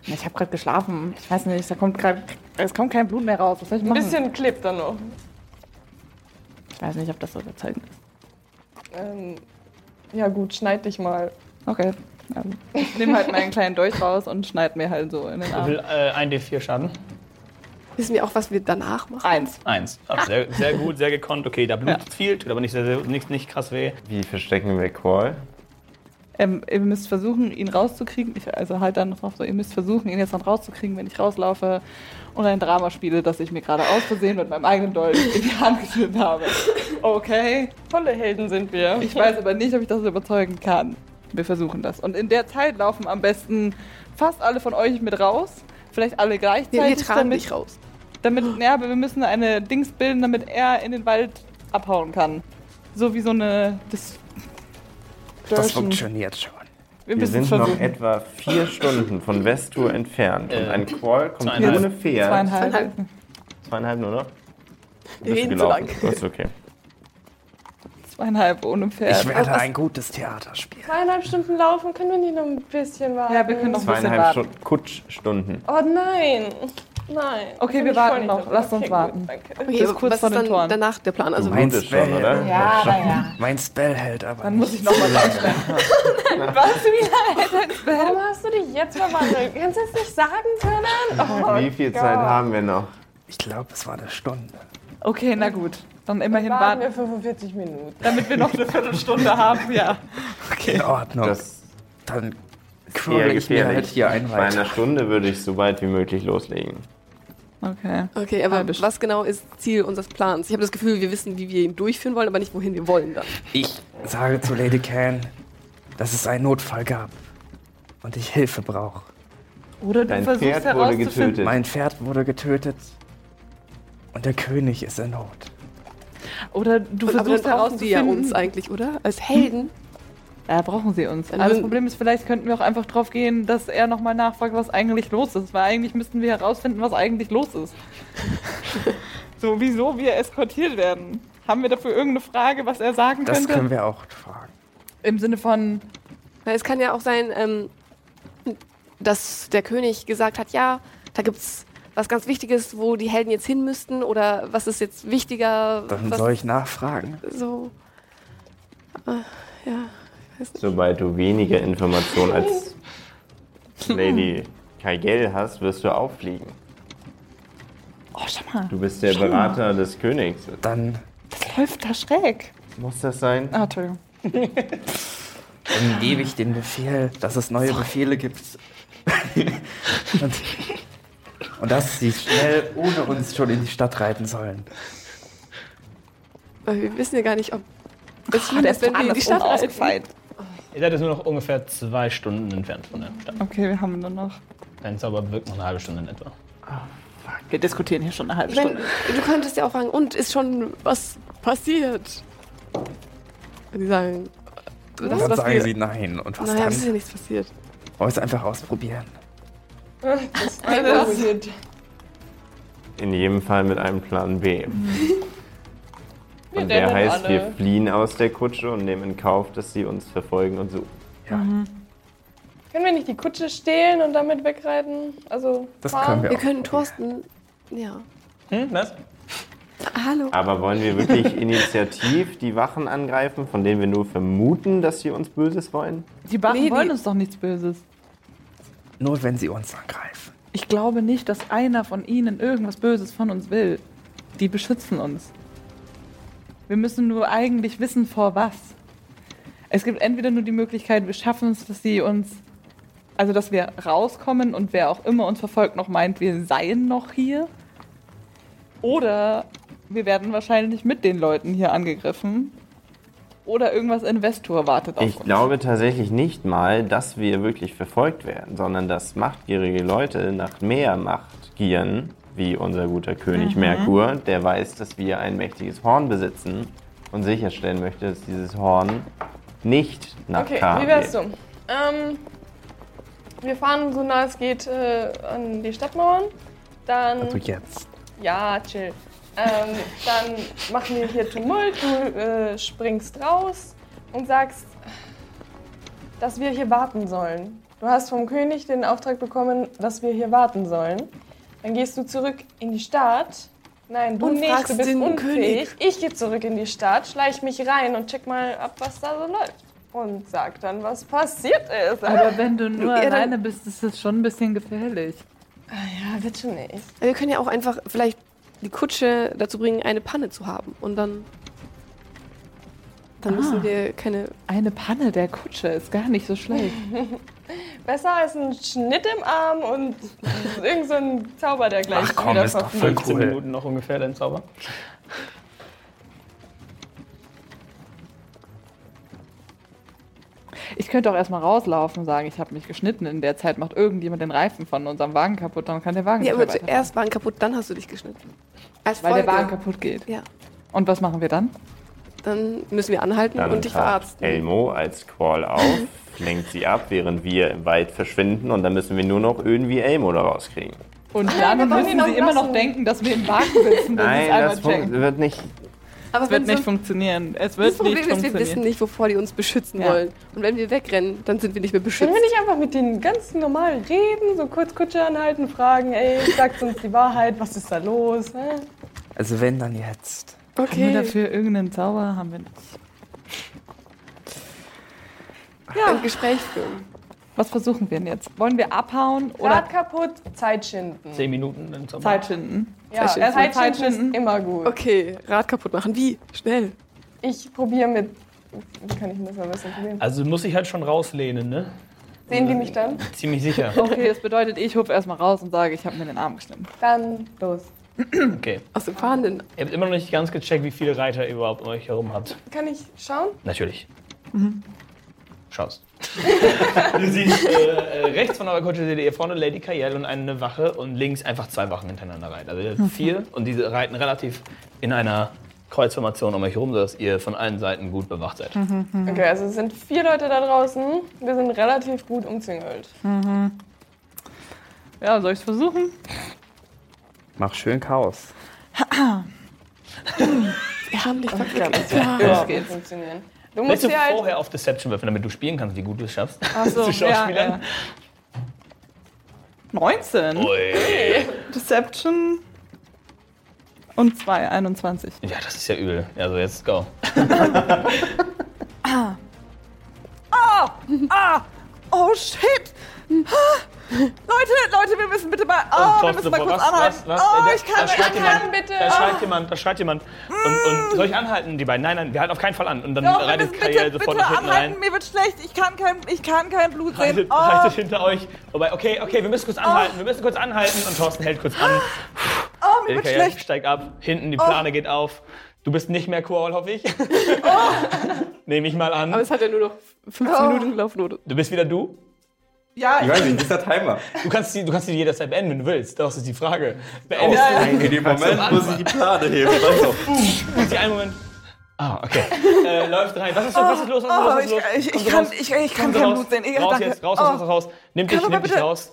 [SPEAKER 4] Ich habe gerade geschlafen. Ich weiß nicht, da kommt grad, es kommt kein Blut mehr raus. Was soll ich
[SPEAKER 8] Ein
[SPEAKER 4] machen?
[SPEAKER 8] bisschen klebt dann noch.
[SPEAKER 4] Ich weiß nicht, ob das so überzeugend ist.
[SPEAKER 8] Ähm, ja gut, schneid dich mal.
[SPEAKER 4] Okay. Ähm, ich nehme halt meinen kleinen Dolch raus und schneid mir halt so in den
[SPEAKER 6] Ich will
[SPEAKER 4] Arm.
[SPEAKER 6] äh, ein D4 Schaden.
[SPEAKER 7] Wissen wir auch, was wir danach machen?
[SPEAKER 4] Eins.
[SPEAKER 6] Eins. Ah, sehr, sehr gut, sehr gekonnt. Okay, da blutet viel, tut aber nicht, sehr, sehr, nicht, nicht krass weh.
[SPEAKER 10] Wie verstecken wir Quall?
[SPEAKER 4] Ähm, ihr müsst versuchen, ihn rauszukriegen. Ich, also halt dann noch drauf so, ihr müsst versuchen, ihn jetzt noch rauszukriegen, wenn ich rauslaufe und ein Drama spiele, das ich mir gerade aus Versehen mit meinem eigenen Dolch in die Hand geschnitten habe. Okay.
[SPEAKER 8] Volle Helden sind wir.
[SPEAKER 4] Ich weiß aber nicht, ob ich das überzeugen kann. Wir versuchen das. Und in der Zeit laufen am besten fast alle von euch mit raus. Vielleicht alle
[SPEAKER 7] Wir, wir
[SPEAKER 4] gleichzeitig.
[SPEAKER 7] tragen dich raus.
[SPEAKER 4] Damit, ja, aber wir müssen eine Dings bilden, damit er in den Wald abhauen kann. So wie so eine. Das,
[SPEAKER 11] Das funktioniert schon.
[SPEAKER 4] Wir
[SPEAKER 10] Wir
[SPEAKER 4] müssen es
[SPEAKER 10] sind noch
[SPEAKER 4] versuchen.
[SPEAKER 10] etwa vier Stunden von Westur entfernt. Und
[SPEAKER 6] Äh,
[SPEAKER 10] ein Quall kommt
[SPEAKER 6] zweieinhalb.
[SPEAKER 10] ohne Pferd.
[SPEAKER 4] Zweieinhalb.
[SPEAKER 10] Zweieinhalb nur noch?
[SPEAKER 7] Wir
[SPEAKER 10] Bist du
[SPEAKER 7] reden zu
[SPEAKER 10] gelaufen?
[SPEAKER 7] lang.
[SPEAKER 10] Das Ist okay.
[SPEAKER 4] Zweieinhalb ohne Pferd.
[SPEAKER 11] Ich werde ein gutes Theater spielen.
[SPEAKER 8] Zweieinhalb Stunden laufen, können wir nicht noch ein bisschen warten?
[SPEAKER 4] Ja, wir können noch- bisschen
[SPEAKER 10] Zweieinhalb
[SPEAKER 4] warten.
[SPEAKER 10] Stunden Kutschstunden.
[SPEAKER 8] Oh nein. Nein.
[SPEAKER 4] Okay,
[SPEAKER 8] Bin
[SPEAKER 4] wir
[SPEAKER 8] ich
[SPEAKER 4] warten
[SPEAKER 8] voll nicht
[SPEAKER 4] noch.
[SPEAKER 8] dafür.
[SPEAKER 4] Lasst uns
[SPEAKER 8] gut,
[SPEAKER 4] warten.
[SPEAKER 8] danke.
[SPEAKER 7] Okay,
[SPEAKER 4] Das ist
[SPEAKER 7] was
[SPEAKER 4] kurz
[SPEAKER 7] ist
[SPEAKER 4] vor den
[SPEAKER 7] dann
[SPEAKER 4] Toren.
[SPEAKER 7] danach der Plan? Also,
[SPEAKER 10] Mein
[SPEAKER 11] Spell.
[SPEAKER 10] Spell, oder?
[SPEAKER 4] Ja, naja.
[SPEAKER 11] Mein Spell hält aber
[SPEAKER 4] Dann
[SPEAKER 11] nicht.
[SPEAKER 4] muss ich nochmal sagen.
[SPEAKER 8] Was wieder? Warum hast du dich jetzt verwandelt? Kannst du es nicht sagen,
[SPEAKER 4] Oh,
[SPEAKER 8] Oh, Tönan?
[SPEAKER 10] Wie viel Zeit haben wir noch?
[SPEAKER 11] Ich glaube, es war eine Stunde.
[SPEAKER 4] Okay, na gut. Dann immerhin warten,
[SPEAKER 8] Warten wir 45 Minuten.
[SPEAKER 4] damit wir noch eine Viertelstunde haben, ja.
[SPEAKER 11] In Ordnung.
[SPEAKER 10] Das
[SPEAKER 11] Dann
[SPEAKER 10] eher
[SPEAKER 11] crawle ich mir halt
[SPEAKER 10] gefährlich.
[SPEAKER 11] hier ein
[SPEAKER 10] Bei einer
[SPEAKER 11] weiter.
[SPEAKER 10] Stunde würde ich so weit wie möglich loslegen.
[SPEAKER 4] Okay.
[SPEAKER 7] okay, aber was genau ist Ziel unseres Plans? Ich habe das Gefühl, wir wissen, wie wir ihn durchführen wollen, aber nicht, wohin wir wollen dann.
[SPEAKER 11] Ich sage zu Lady Can, dass es einen Notfall gab und ich Hilfe brauche.
[SPEAKER 4] Oder du
[SPEAKER 10] Dein
[SPEAKER 4] versuchst
[SPEAKER 10] Pferd wurde
[SPEAKER 4] herauszufinden.
[SPEAKER 10] getötet.
[SPEAKER 11] Mein Pferd wurde getötet und der König ist in Not.
[SPEAKER 4] Oder du
[SPEAKER 7] Und, aber dann
[SPEAKER 4] versuchst
[SPEAKER 7] brauchen die ja
[SPEAKER 4] herauszufinden.
[SPEAKER 7] uns eigentlich, oder? Als Helden?
[SPEAKER 4] Ja, Äh, brauchen sie uns.
[SPEAKER 7] Dann
[SPEAKER 4] Aber das
[SPEAKER 7] müssen-
[SPEAKER 4] Problem ist, vielleicht könnten wir auch einfach drauf gehen, dass er nochmal nachfragt, was eigentlich los ist. Weil eigentlich müssten wir herausfinden, was eigentlich los ist. so, wieso wir eskortiert werden. Haben wir dafür irgendeine Frage, was er sagen
[SPEAKER 11] Das
[SPEAKER 4] könnte?
[SPEAKER 11] können wir auch fragen.
[SPEAKER 4] Im Sinne von,
[SPEAKER 7] Weil es kann ja auch sein, ähm, dass der König gesagt hat, ja, da gibt's was ganz Wichtiges, wo die Helden jetzt hin müssten oder was ist jetzt wichtiger?
[SPEAKER 11] Dann
[SPEAKER 7] was
[SPEAKER 11] soll ich nachfragen.
[SPEAKER 7] so. Äh, ja, ich weiß nicht.
[SPEAKER 10] Sobald du weniger Informationen als Lady Kaigel hast, wirst du auffliegen.
[SPEAKER 4] oh, schau mal,
[SPEAKER 10] Du bist der Berater des Königs.
[SPEAKER 11] Dann
[SPEAKER 4] das läuft da schräg.
[SPEAKER 10] Muss das sein?
[SPEAKER 4] Ah, Entschuldigung.
[SPEAKER 11] Dann gebe ich den Befehl, dass es neue Befehle gibt. und, und dass sie schnell ohne uns schon in die Stadt reiten sollen.
[SPEAKER 7] Weil wir wissen ja gar nicht, ob es
[SPEAKER 4] Ah,
[SPEAKER 7] schlimm ist, wenn wir in die Stadt reiten.
[SPEAKER 4] ausgefeilt.
[SPEAKER 6] Ihr seid jetzt nur noch ungefähr zwei Stunden entfernt von der Stadt.
[SPEAKER 4] Okay, wir haben nur noch.
[SPEAKER 6] Dein Zauber wirkt noch eine halbe Stunde in etwa.
[SPEAKER 4] Wir diskutieren hier schon eine halbe
[SPEAKER 7] Ich meine,
[SPEAKER 4] Stunde.
[SPEAKER 7] du könntest ja auch fragen, und ist schon was passiert? Und die sagen, äh, das,
[SPEAKER 11] dann
[SPEAKER 7] was
[SPEAKER 11] sagen
[SPEAKER 7] wir,
[SPEAKER 11] sie nein. Und was
[SPEAKER 7] naja, es ist ja
[SPEAKER 11] dann?
[SPEAKER 7] nichts passiert.
[SPEAKER 11] Wollen wir es einfach ausprobieren?
[SPEAKER 10] In jedem Fall mit einem Plan B. Und der heißt, wir fliehen aus der Kutsche und nehmen in Kauf, dass sie uns verfolgen und suchen.
[SPEAKER 8] Mhm. Können wir nicht die Kutsche stehlen und damit wegreiten? Also
[SPEAKER 9] Das
[SPEAKER 8] fahren?
[SPEAKER 9] können wir
[SPEAKER 7] Wir können Thorsten. Ja.
[SPEAKER 5] Hm, was?
[SPEAKER 7] Hallo.
[SPEAKER 10] Aber wollen wir wirklich initiativ die Wachen angreifen, von denen wir nur vermuten, dass sie uns Böses wollen?
[SPEAKER 4] Die Wachen
[SPEAKER 7] Nee, die-
[SPEAKER 4] wollen uns doch nichts Böses.
[SPEAKER 11] Nur wenn sie uns angreifen.
[SPEAKER 4] Ich glaube nicht, dass einer von ihnen irgendwas Böses von uns will. Die beschützen uns. Wir müssen nur eigentlich wissen, vor was. Es gibt entweder nur die Möglichkeit, wir schaffen es, dass sie uns. Also, dass wir rauskommen und wer auch immer uns verfolgt, noch meint, wir seien noch hier. Oder wir werden wahrscheinlich mit den Leuten hier angegriffen. Oder irgendwas Investor wartet auf
[SPEAKER 10] Ich
[SPEAKER 4] uns.
[SPEAKER 10] glaube tatsächlich nicht mal, dass wir wirklich verfolgt werden, sondern dass machtgierige Leute nach mehr Macht gieren, wie unser guter König
[SPEAKER 4] Mhm.
[SPEAKER 10] Merkur, der weiß, dass wir ein mächtiges Horn besitzen und sicherstellen möchte, dass dieses Horn nicht nach
[SPEAKER 8] Okay,
[SPEAKER 10] Khan
[SPEAKER 8] wie wär's
[SPEAKER 10] geht.
[SPEAKER 8] so? Ähm, wir fahren so nah es geht äh, an die Stadtmauern. Dann.
[SPEAKER 11] Also jetzt.
[SPEAKER 8] Ja, chill. Ähm, dann machen wir hier Tumult, du äh, springst raus und sagst, dass wir hier warten sollen. Du hast vom König den Auftrag bekommen, dass wir hier warten sollen. Dann gehst du zurück in die Stadt. Nein, du
[SPEAKER 7] Und
[SPEAKER 8] nicht, du
[SPEAKER 7] fragst
[SPEAKER 8] bist
[SPEAKER 7] den
[SPEAKER 8] unfähig. Ich gehe zurück in die Stadt, schleich mich rein und check mal ab, was da so läuft. Und sag dann, was passiert ist.
[SPEAKER 4] Aber wenn du nur
[SPEAKER 8] Ja, dann-
[SPEAKER 4] alleine bist, ist das schon ein bisschen gefährlich.
[SPEAKER 8] Ja, bitte nicht.
[SPEAKER 7] Aber Wir können ja auch einfach vielleicht die Kutsche dazu bringen, eine Panne zu haben. Und dann. Dann
[SPEAKER 4] Ah.
[SPEAKER 7] müssen wir keine.
[SPEAKER 4] Eine Panne der Kutsche ist gar nicht so schlecht.
[SPEAKER 8] Besser als ein Schnitt im Arm und irgend so ein Zauber, der gleich
[SPEAKER 6] Ach komm,
[SPEAKER 8] wieder
[SPEAKER 6] ist doch
[SPEAKER 8] verfliegt.
[SPEAKER 6] voll
[SPEAKER 5] 15
[SPEAKER 6] cool.
[SPEAKER 5] Minuten noch ungefähr dein Zauber.
[SPEAKER 4] Ich könnte auch erstmal rauslaufen und sagen, ich habe mich geschnitten. In der Zeit macht irgendjemand den Reifen von unserem Wagen kaputt, dann kann der Wagen
[SPEAKER 7] Ja,
[SPEAKER 4] nicht mehr
[SPEAKER 7] aber
[SPEAKER 4] weiter.
[SPEAKER 7] zuerst waren kaputt, dann hast du dich geschnitten. Als
[SPEAKER 4] Weil der
[SPEAKER 7] Folge.
[SPEAKER 4] Wagen kaputt geht.
[SPEAKER 7] Ja.
[SPEAKER 4] Und was machen wir dann?
[SPEAKER 7] Dann müssen wir anhalten
[SPEAKER 10] Dann
[SPEAKER 7] und dich
[SPEAKER 10] taucht
[SPEAKER 7] verarzten.
[SPEAKER 10] Elmo als Qual auf, lenkt sie ab, während wir im Wald verschwinden und dann müssen wir nur noch irgendwie Elmo da rauskriegen.
[SPEAKER 4] Und
[SPEAKER 8] Nein,
[SPEAKER 4] dann
[SPEAKER 8] wir wollen ihn
[SPEAKER 4] müssen
[SPEAKER 8] noch
[SPEAKER 4] sie immer noch
[SPEAKER 8] lassen.
[SPEAKER 4] denken, dass wir im Wagen sitzen. Das
[SPEAKER 10] Nein,
[SPEAKER 4] ist einmal
[SPEAKER 10] das
[SPEAKER 4] checken.
[SPEAKER 10] fun- wird nicht.
[SPEAKER 7] Aber
[SPEAKER 4] Es wird
[SPEAKER 7] wenn so-
[SPEAKER 4] nicht funktionieren. Es
[SPEAKER 7] das
[SPEAKER 4] wird
[SPEAKER 7] Problem
[SPEAKER 4] nicht
[SPEAKER 7] ist, wir
[SPEAKER 4] funktionieren.
[SPEAKER 7] wissen nicht, wovor die uns beschützen
[SPEAKER 4] Ja.
[SPEAKER 7] wollen. Und wenn wir wegrennen, dann sind wir nicht mehr beschützt.
[SPEAKER 8] Können wir nicht einfach mit denen ganz normal reden, so kurz Kutsche anhalten, fragen, ey, sagt uns die Wahrheit, was ist da los? Ne?
[SPEAKER 11] Also wenn, dann jetzt.
[SPEAKER 4] Haben wir
[SPEAKER 7] okay.
[SPEAKER 4] dafür irgendeinen Zauber? Haben wir nicht.
[SPEAKER 7] Ja. Ein Gespräch führen.
[SPEAKER 4] Was versuchen wir denn jetzt? Wollen wir abhauen
[SPEAKER 8] Rad
[SPEAKER 4] oder
[SPEAKER 8] kaputt, Zeit schinden.
[SPEAKER 5] 10 Minuten dein Zauber.
[SPEAKER 4] Zeit schinden?
[SPEAKER 8] Ja,
[SPEAKER 7] Zeit schinden.
[SPEAKER 8] Zeit
[SPEAKER 4] Zeit
[SPEAKER 8] schinden
[SPEAKER 4] schinden.
[SPEAKER 8] ist immer gut.
[SPEAKER 7] Okay, Rad kaputt machen. Wie? Schnell.
[SPEAKER 8] Ich probiere mit. Wie kann ich denn das am besten probieren?
[SPEAKER 5] Also muss ich halt schon rauslehnen, ne?
[SPEAKER 8] Sehen die mich dann?
[SPEAKER 5] Ziemlich sicher.
[SPEAKER 4] Okay, das bedeutet, ich hupfe erstmal raus und sage, ich habe mir den Arm geschnitten.
[SPEAKER 8] Dann los.
[SPEAKER 5] Okay.
[SPEAKER 7] Aus dem Fahrenden.
[SPEAKER 5] Ihr habt immer noch nicht ganz gecheckt, wie viele Reiter ihr überhaupt um euch herum habt.
[SPEAKER 8] Kann ich schauen?
[SPEAKER 6] Natürlich. Schaust. du siehst äh, äh, rechts von eurer Kutsche seht ihr vorne Lady Cayelle und eine Wache und links einfach zwei Wachen hintereinander reiten. Also ihr habt vier und diese reiten relativ in einer Kreuzformation um euch herum, sodass ihr von allen Seiten gut bewacht seid.
[SPEAKER 8] Okay, also es sind vier Leute da draußen. Wir sind relativ gut umzingelt.
[SPEAKER 4] Ja, soll ich es versuchen?
[SPEAKER 11] Mach schön Chaos.
[SPEAKER 7] Wir haben dich verkackt.
[SPEAKER 8] Ja, wird funktionieren. Du musst
[SPEAKER 5] Willst du
[SPEAKER 8] dir halt.
[SPEAKER 5] vorher auf Deception würfeln, damit du spielen kannst, wie gut du es schaffst?
[SPEAKER 4] Ach so,
[SPEAKER 5] Zu Schauspielern?
[SPEAKER 4] 19.
[SPEAKER 6] Ui.
[SPEAKER 4] Deception. Und 2, 21.
[SPEAKER 6] Ja, das ist ja übel. Also jetzt go.
[SPEAKER 4] Oh shit! Ah. Leute, Leute, wir müssen bitte mal. Oh, wir müssen mal kurz anhalten. Oh, ich kann
[SPEAKER 5] da schreit
[SPEAKER 4] nicht. Oh.
[SPEAKER 5] jemand,
[SPEAKER 8] bitte.
[SPEAKER 5] Da
[SPEAKER 8] Ah.
[SPEAKER 5] schreit jemand, da schreit jemand. Und, und soll ich anhalten, die beiden? Nein, nein, wir halten auf keinen Fall an. Und dann
[SPEAKER 4] Mm. Doch, wir
[SPEAKER 5] reitet
[SPEAKER 4] müssen
[SPEAKER 5] Kajal
[SPEAKER 4] bitte, bitte
[SPEAKER 5] sofort nach hinten
[SPEAKER 4] anhalten.
[SPEAKER 5] rein.
[SPEAKER 4] Mir wird schlecht. Ich kann kein, ich kann kein Blut sehen.
[SPEAKER 5] Reitet,
[SPEAKER 4] Oh,
[SPEAKER 5] reitet hinter euch. Wobei, okay, okay, wir müssen kurz anhalten, wir müssen kurz anhalten. Und Thorsten hält kurz an.
[SPEAKER 4] oh mir wird
[SPEAKER 5] Kajal
[SPEAKER 4] schlecht. Oh.
[SPEAKER 5] steigt ab, hinten die Plane geht auf. Du bist nicht mehr Quall, hoffe ich.
[SPEAKER 4] Oh.
[SPEAKER 5] Nehme ich mal
[SPEAKER 7] Aber
[SPEAKER 5] an.
[SPEAKER 7] es hat ja nur noch 15 Minuten gelaufen, oder?
[SPEAKER 5] Du bist wieder du.
[SPEAKER 4] Ja,
[SPEAKER 11] Ich weiß nicht, dieser Timer.
[SPEAKER 5] Du kannst die, du kannst die jederzeit beenden, wenn du willst. Das ist die Frage.
[SPEAKER 11] Oh,
[SPEAKER 5] Beendest
[SPEAKER 11] In dem Moment muss ich die Plane heben.
[SPEAKER 5] du sie einen Moment. Ah, okay. äh, läuft rein. Was ist los? Was ist los?
[SPEAKER 4] oh,
[SPEAKER 5] Was ist los? Was ist los?
[SPEAKER 4] ich, ich, ich
[SPEAKER 5] Kommt
[SPEAKER 4] kann,
[SPEAKER 5] raus.
[SPEAKER 4] ich, ich kann
[SPEAKER 5] Kommt
[SPEAKER 4] kein
[SPEAKER 5] raus.
[SPEAKER 4] Blut sehen. Egal,
[SPEAKER 5] raus
[SPEAKER 4] danke.
[SPEAKER 5] jetzt, raus,
[SPEAKER 4] Oh,
[SPEAKER 5] raus, raus, raus. Nimm dich,
[SPEAKER 4] Kann aber
[SPEAKER 5] nimm dich
[SPEAKER 4] bitte- Ah.
[SPEAKER 5] raus.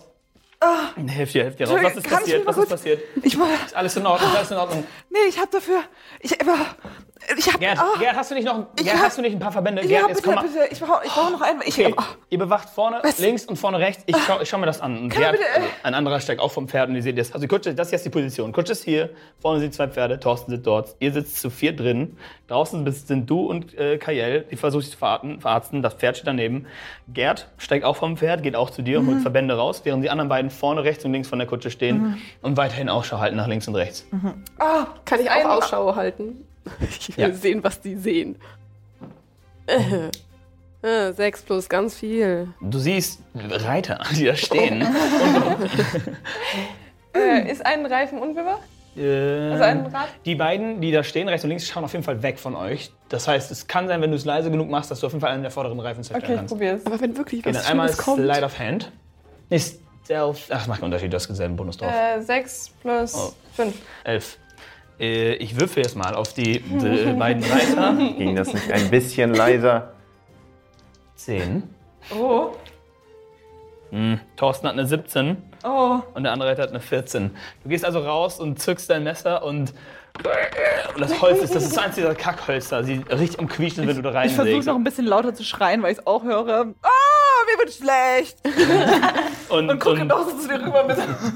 [SPEAKER 5] Hilf dir, hilf dir raus. Was ist
[SPEAKER 4] Entschuldigung, kann ich
[SPEAKER 5] passiert?
[SPEAKER 4] mal
[SPEAKER 5] Was ist
[SPEAKER 4] kurz- Ah.
[SPEAKER 5] passiert?
[SPEAKER 4] Ich war,
[SPEAKER 5] Ist alles in Ordnung? Ist alles in Ordnung?
[SPEAKER 4] nee, ich hab dafür, ich, aber,
[SPEAKER 8] äh, Ich hab,
[SPEAKER 6] Gerd,
[SPEAKER 8] ah.
[SPEAKER 6] Gerd, hast du nicht noch Gerd,
[SPEAKER 8] hab-
[SPEAKER 6] hast du nicht ein paar Verbände?
[SPEAKER 8] ja,
[SPEAKER 6] Gerd,
[SPEAKER 8] bitte,
[SPEAKER 6] jetzt komm mal.
[SPEAKER 8] bitte. Ich brauche ich brauch noch einen. Ich,
[SPEAKER 6] Okay,
[SPEAKER 8] ah,
[SPEAKER 6] ihr bewacht vorne links und vorne rechts. Ich schau, ich schau mir das an. Und
[SPEAKER 8] Kann
[SPEAKER 6] Gerd,
[SPEAKER 8] man bitte, äh-
[SPEAKER 6] also ein anderer steigt auch vom Pferd und ihr seht das. Also Kutsche, das hier ist die Position. Kutsche ist hier, vorne sind zwei Pferde, Thorsten sitzt dort. Ihr sitzt zu vier drin. Draußen bist, sind du und äh, Kayel. Die versucht sich zu verarten, verarzten. Das Pferd steht daneben. Gerd steigt auch vom Pferd, geht auch zu dir, holt
[SPEAKER 12] Mhm.
[SPEAKER 6] Verbände raus, während die anderen beiden vorne rechts und links von der Kutsche stehen
[SPEAKER 7] Mhm.
[SPEAKER 6] und weiterhin Ausschau halten nach links und rechts.
[SPEAKER 7] Ah, Kann ich auch Ausschau halten? Ich will
[SPEAKER 6] Ja.
[SPEAKER 7] sehen, was die sehen. Äh, äh, sechs plus ganz viel.
[SPEAKER 6] Du siehst Reiter, die da stehen.
[SPEAKER 8] äh, ist ein Reifen unbewacht?
[SPEAKER 6] Ähm,
[SPEAKER 8] Also ein Rad?
[SPEAKER 6] Die beiden, die da stehen, rechts und links, schauen auf jeden Fall weg von euch. Das heißt, es kann sein, wenn du es leise genug machst, dass du auf jeden Fall einen der vorderen Reifen zerstören
[SPEAKER 8] Okay, ich
[SPEAKER 6] kannst.
[SPEAKER 8] probier's. Aber wenn wirklich
[SPEAKER 6] Okay, dann Genau, einmal Slide of Hand. Nee, Stealth. Ach, macht keinen Unterschied, du hast denselben Bonus drauf.
[SPEAKER 8] Äh, 6 plus
[SPEAKER 6] Oh.
[SPEAKER 8] 5.
[SPEAKER 6] Elf. Äh, ich würfel jetzt mal auf die, die beiden Reiter.
[SPEAKER 10] Ging das nicht ein bisschen leiser?
[SPEAKER 6] Zehn.
[SPEAKER 8] Oh.
[SPEAKER 6] Hm. Thorsten hat eine 17
[SPEAKER 8] Oh.
[SPEAKER 6] und der andere Reiter hat eine 14. Du gehst also raus und zückst dein Messer und. Und das Holz ist, das ist so eins dieser Kackhölzer. Sie riecht am Quietschen, wenn du da
[SPEAKER 4] Ich versuche
[SPEAKER 6] reinlegst.
[SPEAKER 4] noch ein bisschen lauter zu schreien, weil ich es auch höre. Ah, mir wird schlecht.
[SPEAKER 6] Und, und gucke
[SPEAKER 4] noch so zu dir rüber.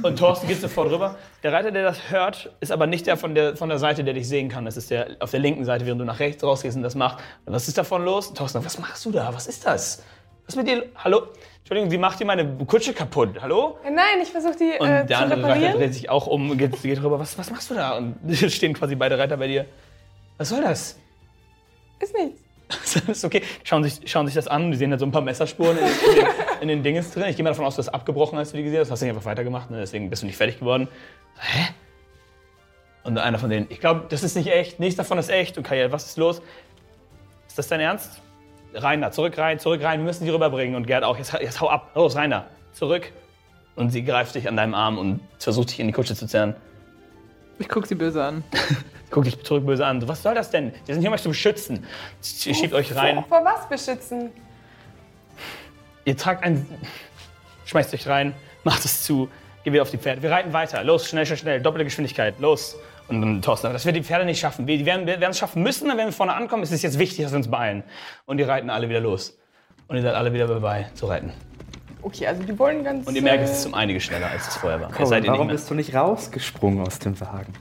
[SPEAKER 6] Und Thorsten geht sofort rüber. Der Reiter, der das hört, ist aber nicht der von der, von der Seite, der dich sehen kann. Das ist der auf der linken Seite, während du nach rechts rausgehst und das macht. Was ist davon los? Und Thorsten sagt, was machst du da? Was ist das? Was ist mit dir? Hallo? Entschuldigung, wie macht ihr meine Kutsche kaputt? Hallo?
[SPEAKER 8] Äh, Nein, ich versuche die
[SPEAKER 6] Und
[SPEAKER 8] äh,
[SPEAKER 6] der
[SPEAKER 8] zu
[SPEAKER 6] andere Reiter
[SPEAKER 8] reparieren.
[SPEAKER 6] dreht sich auch um, geht, geht rüber. Was, was machst du da? Und stehen quasi beide Reiter bei dir. Was soll das?
[SPEAKER 8] Ist nichts.
[SPEAKER 6] Das ist okay. Schauen sich, schauen sich das an. Die sehen da so ein paar Messerspuren in, in, den, in den Dingens drin. Ich gehe mal davon aus, du hast abgebrochen, als du die gesehen hast. Hast du nicht einfach weitergemacht, ne? deswegen bist du nicht fertig geworden. Hä? Und einer von denen, ich glaube, das ist nicht echt. Nichts davon ist echt. Und Kajal, was ist los? Ist das dein Ernst? Rein da, zurück rein, zurück rein. Wir müssen die rüberbringen. Und Gerd auch. Jetzt, jetzt hau ab. Los, rein da. Zurück. Und sie greift dich an deinem Arm und versucht dich in die Kutsche zu zerren.
[SPEAKER 4] Ich guck sie böse an.
[SPEAKER 6] Guck dich zurück böse an. So, Was soll das denn? Wir sind hier, um euch zu beschützen. Ihr schiebt euch rein.
[SPEAKER 8] Vor, vor was beschützen?
[SPEAKER 6] Ihr tragt ein. Schmeißt euch rein, macht es zu, geht wieder auf die Pferde. Wir reiten weiter. Los, schnell, schnell, schnell. Doppelte Geschwindigkeit. Los. Und dann Thorsten, das wird die Pferde nicht schaffen. Wir die werden wir werden es schaffen müssen, dann werden wir vorne ankommen. Es ist jetzt wichtig, dass wir uns beeilen. Und die reiten alle wieder los. Und ihr seid alle wieder dabei zu reiten.
[SPEAKER 8] Okay, also die wollen ganz.
[SPEAKER 6] Und ihr merkt, es
[SPEAKER 8] äh,
[SPEAKER 6] ist um einige schneller, als es vorher war. Jetzt
[SPEAKER 11] Corin,
[SPEAKER 6] seid ihr
[SPEAKER 11] warum
[SPEAKER 6] nicht mehr-
[SPEAKER 11] bist du nicht rausgesprungen aus dem Wagen?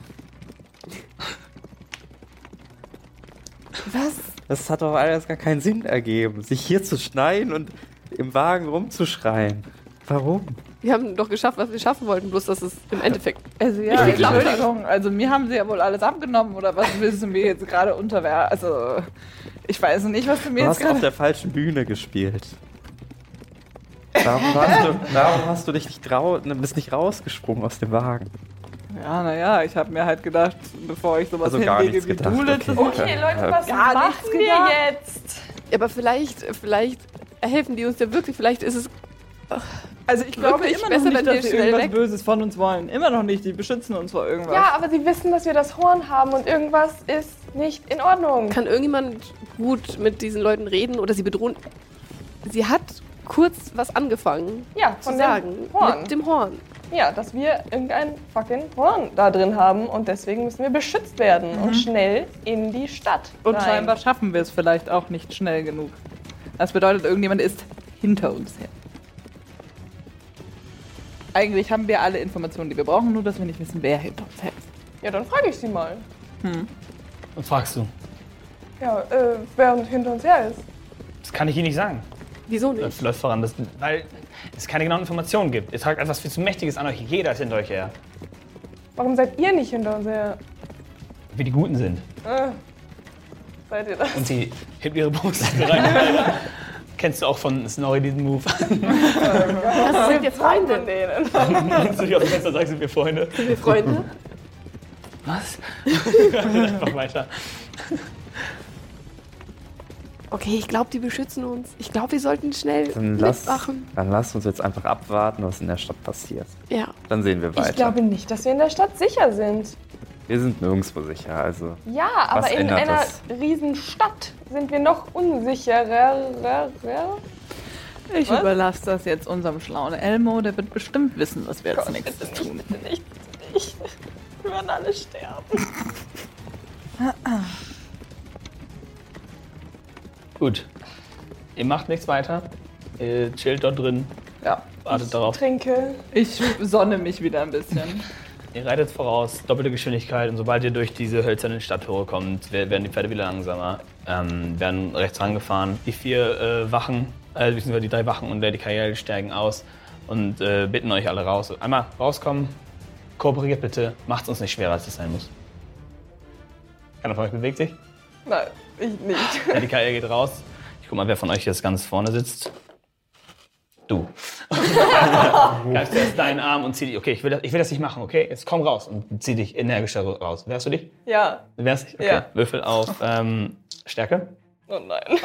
[SPEAKER 8] Was?
[SPEAKER 11] Das hat doch alles gar keinen Sinn ergeben, sich hier zu schneien und im Wagen rumzuschreien. Warum?
[SPEAKER 7] Wir haben doch geschafft, was wir schaffen wollten, bloß dass es im Endeffekt.
[SPEAKER 4] Also ja, Entschuldigung. Also mir haben sie ja wohl alles abgenommen oder was willst du mir jetzt gerade unterwerfen? Also ich weiß nicht, was du mir
[SPEAKER 11] Du
[SPEAKER 4] jetzt
[SPEAKER 11] hast auf
[SPEAKER 4] gerade.
[SPEAKER 11] der falschen Bühne gespielt. Warum hast du, warum hast du dich nicht trau bist nicht rausgesprungen aus dem Wagen?
[SPEAKER 4] Ja, naja, ich habe mir halt gedacht, bevor ich sowas
[SPEAKER 11] Also gar
[SPEAKER 4] hinlege
[SPEAKER 11] nichts
[SPEAKER 4] wie
[SPEAKER 11] gedacht,
[SPEAKER 4] du letztes
[SPEAKER 11] okay.
[SPEAKER 4] Mal.
[SPEAKER 11] Okay, Leute, was
[SPEAKER 4] Gar
[SPEAKER 7] machen
[SPEAKER 4] nichts
[SPEAKER 7] wir
[SPEAKER 4] gedacht.
[SPEAKER 8] jetzt?
[SPEAKER 7] Ja, aber vielleicht, vielleicht helfen die uns ja wirklich. Vielleicht ist es.
[SPEAKER 4] Also ich glaube
[SPEAKER 7] wirklich
[SPEAKER 4] immer noch
[SPEAKER 7] besser,
[SPEAKER 4] nicht,
[SPEAKER 7] wenn wir
[SPEAKER 4] dass sie
[SPEAKER 7] schnell
[SPEAKER 4] irgendwas
[SPEAKER 7] weg.
[SPEAKER 4] Böses von uns wollen. Immer noch nicht, die beschützen uns vor irgendwas.
[SPEAKER 8] Ja, aber sie wissen, dass wir das Horn haben und irgendwas ist nicht in Ordnung.
[SPEAKER 7] Kann irgendjemand gut mit diesen Leuten reden oder sie bedrohen? Sie hat kurz was angefangen.
[SPEAKER 8] Ja,
[SPEAKER 7] zu
[SPEAKER 8] von dem
[SPEAKER 7] sagen.
[SPEAKER 8] Horn.
[SPEAKER 7] Mit dem Horn.
[SPEAKER 8] Ja, dass wir irgendein fucking Horn da drin haben und deswegen müssen wir beschützt werden und schnell in die Stadt.
[SPEAKER 4] Und
[SPEAKER 8] rein.
[SPEAKER 4] scheinbar schaffen wir es vielleicht auch nicht schnell genug. Das bedeutet, irgendjemand ist hinter uns her. Eigentlich haben wir alle Informationen, die wir brauchen, nur dass wir nicht wissen, wer hinter uns her ist.
[SPEAKER 8] Ja, dann frage ich sie mal.
[SPEAKER 6] Und fragst du.
[SPEAKER 8] Ja, äh, wer hinter uns her ist.
[SPEAKER 6] Das kann ich Ihnen nicht sagen.
[SPEAKER 7] Wieso nicht?
[SPEAKER 6] Läuft, läuft voran, das, weil es keine genauen Informationen gibt. Ihr tragt etwas viel zu Mächtiges an euch. Jeder ist hinter euch her.
[SPEAKER 8] Warum seid ihr nicht hinter uns her?
[SPEAKER 6] Wir die Guten sind.
[SPEAKER 8] Äh, seid ihr das?
[SPEAKER 6] Und sie hebt ihre Brust rein. Kennst du auch von Snorri diesen Move?
[SPEAKER 7] Das sind jetzt Freunde.
[SPEAKER 6] Nimmst du dich aus dem Fenster und sagst, sind wir Freunde?
[SPEAKER 7] Sind wir Freunde?
[SPEAKER 6] Was? Einfach weiter.
[SPEAKER 7] Okay, ich glaube, die beschützen uns. Ich glaube, wir sollten schnell
[SPEAKER 11] Dann lass,
[SPEAKER 7] mitmachen.
[SPEAKER 11] dann lass uns jetzt einfach abwarten, was in der Stadt passiert.
[SPEAKER 7] Ja.
[SPEAKER 11] Dann sehen wir
[SPEAKER 8] Ich
[SPEAKER 11] weiter.
[SPEAKER 8] glaube nicht, dass wir in der Stadt sicher sind.
[SPEAKER 11] Wir sind nirgendwo sicher, also.
[SPEAKER 8] Ja,
[SPEAKER 11] Was
[SPEAKER 8] aber in
[SPEAKER 11] ändert
[SPEAKER 8] einer
[SPEAKER 11] das?
[SPEAKER 8] Riesenstadt sind wir noch unsicherer.
[SPEAKER 4] Ich
[SPEAKER 8] Was?
[SPEAKER 4] überlasse das jetzt unserem schlauen Elmo, der wird bestimmt wissen, was wir als nächstes tun.
[SPEAKER 8] Wir werden alle sterben.
[SPEAKER 6] Gut. Ihr macht nichts weiter. Ihr chillt dort drin.
[SPEAKER 4] Ja.
[SPEAKER 6] Wartet darauf.
[SPEAKER 8] Trinke.
[SPEAKER 4] Ich sonne mich wieder ein bisschen.
[SPEAKER 6] Ihr reitet voraus, doppelte Geschwindigkeit und sobald ihr durch diese hölzernen Stadttore kommt, wer- werden die Pferde wieder langsamer, ähm, werden rechts rangefahren. Die vier äh, Wachen, äh, beziehungsweise die drei Wachen und der die Karriere steigen aus und äh, bitten euch alle raus. Einmal rauskommen, kooperiert bitte, macht es uns nicht schwerer, als es sein muss. Keiner von euch bewegt sich?
[SPEAKER 8] Nein, ich nicht.
[SPEAKER 6] Ja, die Karriere geht raus. Ich guck mal, wer von euch jetzt ganz vorne sitzt. Du. Greifst erst deinen Arm und zieh dich. Okay, ich will, das, ich will das nicht machen, okay? Jetzt komm raus und zieh dich energischer raus. Wärst du dich?
[SPEAKER 8] Ja.
[SPEAKER 6] Wärst dich? Okay.
[SPEAKER 8] Ja.
[SPEAKER 6] Würfel auf ähm, Stärke.
[SPEAKER 8] Oh nein.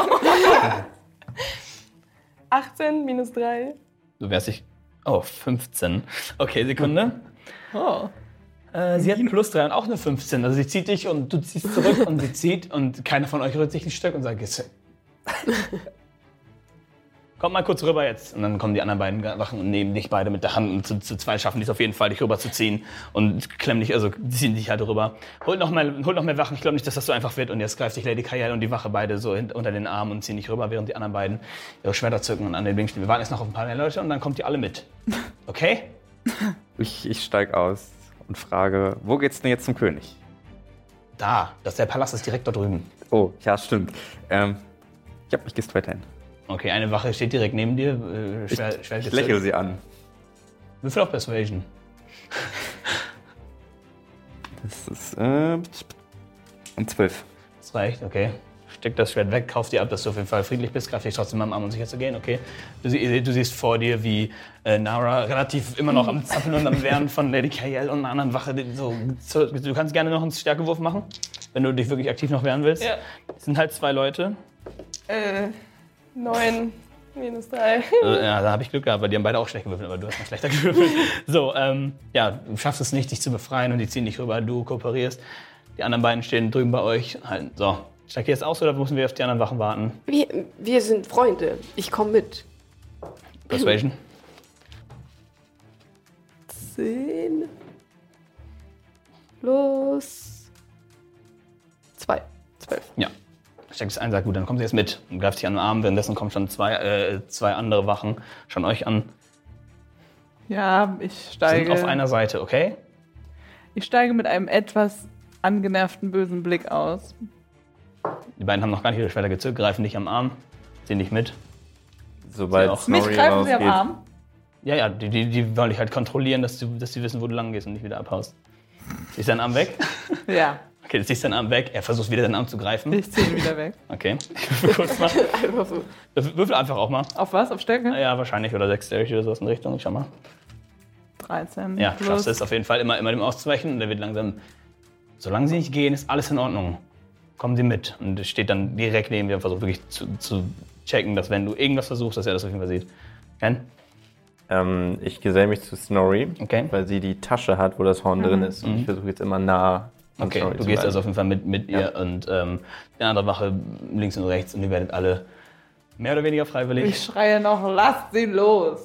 [SPEAKER 8] 18 minus 3.
[SPEAKER 6] Du wärst dich. Oh, 15. Okay, Sekunde.
[SPEAKER 8] Oh.
[SPEAKER 6] Äh, sie hat einen plus 3 und auch eine 15. Also sie zieht dich und du ziehst zurück und sie zieht und keiner von euch rührt sich ein Stück und sagt, "Gehst du." Komm mal kurz rüber jetzt. Und dann kommen die anderen beiden Wachen und nehmen dich beide mit der Hand und zu, zu zwei schaffen die es auf jeden Fall, dich rüber zu ziehen und klemmen dich, also ziehen dich halt rüber. Holt noch, mal, holt noch mehr Wachen, ich glaube nicht, dass das so einfach wird. Und jetzt greift sich Lady Kayal und die Wache beide so hint- unter den Arm und ziehen dich rüber, während die anderen beiden ihre Schwerter zücken und an den Wingen stehen. Wir warten jetzt noch auf ein paar mehr Leute und dann kommt ihr alle mit. Okay?
[SPEAKER 9] Ich, ich steig aus und frage, wo geht's denn jetzt zum König?
[SPEAKER 6] Da, das der Palast ist direkt da drüben.
[SPEAKER 9] Oh, ja, stimmt. Ähm, ja, ich gehst weiter hin.
[SPEAKER 6] Okay, eine Wache steht direkt neben dir. Äh, schwer,
[SPEAKER 9] ich
[SPEAKER 6] schwer
[SPEAKER 9] ich lächle sie an.
[SPEAKER 6] Würfel auf Persuasion.
[SPEAKER 9] Das ist äh, um 12.
[SPEAKER 6] Das reicht, okay. Steck das Schwert weg, kauf dir ab, dass du auf jeden Fall friedlich bist, greif dich trotzdem am Arm, um sicher zu gehen, okay. Du, sie- du siehst vor dir, wie äh, Nara relativ immer noch am Zappeln und am Wehren von Lady Kayel und einer anderen Wache. die So, so, du kannst gerne noch einen Stärkewurf machen, wenn du dich wirklich aktiv noch wehren willst.
[SPEAKER 8] Ja.
[SPEAKER 6] Es sind halt zwei Leute.
[SPEAKER 8] Äh, 9 minus 3.
[SPEAKER 6] Äh, ja, da habe ich Glück gehabt, weil die haben beide auch schlecht gewürfelt, aber du hast mal schlechter gewürfelt. So, ähm, ja, du schaffst es nicht, dich zu befreien und die ziehen dich rüber, du kooperierst. Die anderen beiden stehen drüben bei euch. Halt, so, steigt ihr jetzt aus oder müssen wir auf die anderen Wachen warten?
[SPEAKER 7] Wir, wir sind Freunde. Ich komme mit.
[SPEAKER 6] Persuasion?
[SPEAKER 7] Zehn. Plus. Zwei. Zwölf.
[SPEAKER 6] Ja. Steckt es ein, sagt, gut, dann kommen sie jetzt mit und greift sich an den Arm. Währenddessen kommen schon zwei, äh, zwei andere Wachen, schauen euch an.
[SPEAKER 4] Ja, ich
[SPEAKER 6] Sie
[SPEAKER 4] steige.
[SPEAKER 6] Sind auf einer Seite, okay?
[SPEAKER 4] ich steige mit einem etwas angenervten bösen Blick aus.
[SPEAKER 6] Die beiden haben noch gar nicht ihre Schwerter gezückt, greifen dich am Arm, ziehen dich mit.
[SPEAKER 9] Sobald
[SPEAKER 4] Mich greifen sie am Arm.
[SPEAKER 6] Ja, ja, die, die, die wollen dich halt kontrollieren, dass, du, dass sie wissen, wo du lang gehst und nicht wieder abhaust. Ist dein Arm weg?
[SPEAKER 4] Ja,
[SPEAKER 6] Okay, du ziehst deinen Arm weg. Er versucht wieder deinen Arm zu greifen.
[SPEAKER 4] ich ziehe ihn wieder weg.
[SPEAKER 6] Okay, ich würfel kurz mal. Würfel würfel einfach auch mal.
[SPEAKER 4] Auf was? Auf Stärke?
[SPEAKER 6] Ja, wahrscheinlich oder Dexterity oder sowas in Richtung. Ich schau mal.
[SPEAKER 4] 13.
[SPEAKER 6] Ja,
[SPEAKER 4] plus.
[SPEAKER 6] schaffst es auf jeden Fall immer, immer dem auszuweichen und der wird langsam. Solange sie nicht gehen, ist alles in Ordnung. Kommen sie mit. Und es steht dann direkt neben dir und versucht wirklich zu, zu checken, dass wenn du irgendwas versuchst, dass er das auf jeden Fall sieht. Ken?
[SPEAKER 10] Ähm, ich gesell mich zu Snorri, weil sie die Tasche hat, wo das Horn drin ist. Und ich versuche jetzt immer nah an
[SPEAKER 6] Mhm. Okay,
[SPEAKER 10] Snorri
[SPEAKER 6] du
[SPEAKER 10] zu
[SPEAKER 6] gehst
[SPEAKER 10] bleiben.
[SPEAKER 6] also auf jeden Fall mit, mit ihr und ähm, die andere Wache links und rechts und ihr werdet alle mehr oder weniger
[SPEAKER 4] Ich
[SPEAKER 6] freiwillig.
[SPEAKER 4] schreie noch, lasst sie los.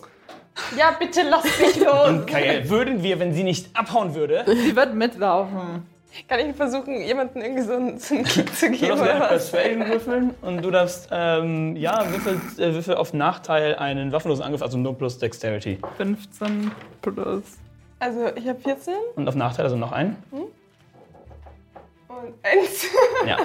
[SPEAKER 8] Ja, bitte lass mich los.
[SPEAKER 6] Und Kayel, würden wir, wenn sie nicht abhauen würde,
[SPEAKER 4] Sie wird mitlaufen.
[SPEAKER 8] Kann ich versuchen, jemanden irgendwie so einen so einen Kick zu
[SPEAKER 6] du
[SPEAKER 8] geben
[SPEAKER 6] darfst
[SPEAKER 8] oder
[SPEAKER 6] eine
[SPEAKER 8] was?
[SPEAKER 6] Persuasion würfeln und du darfst, ähm, ja, würfel, äh, würfel auf Nachteil einen waffenlosen Angriff, also nur plus Dexterity.
[SPEAKER 4] 15 plus.
[SPEAKER 8] Also, ich habe 14
[SPEAKER 6] Und auf Nachteil also noch einen.
[SPEAKER 8] und 1.
[SPEAKER 6] Ja.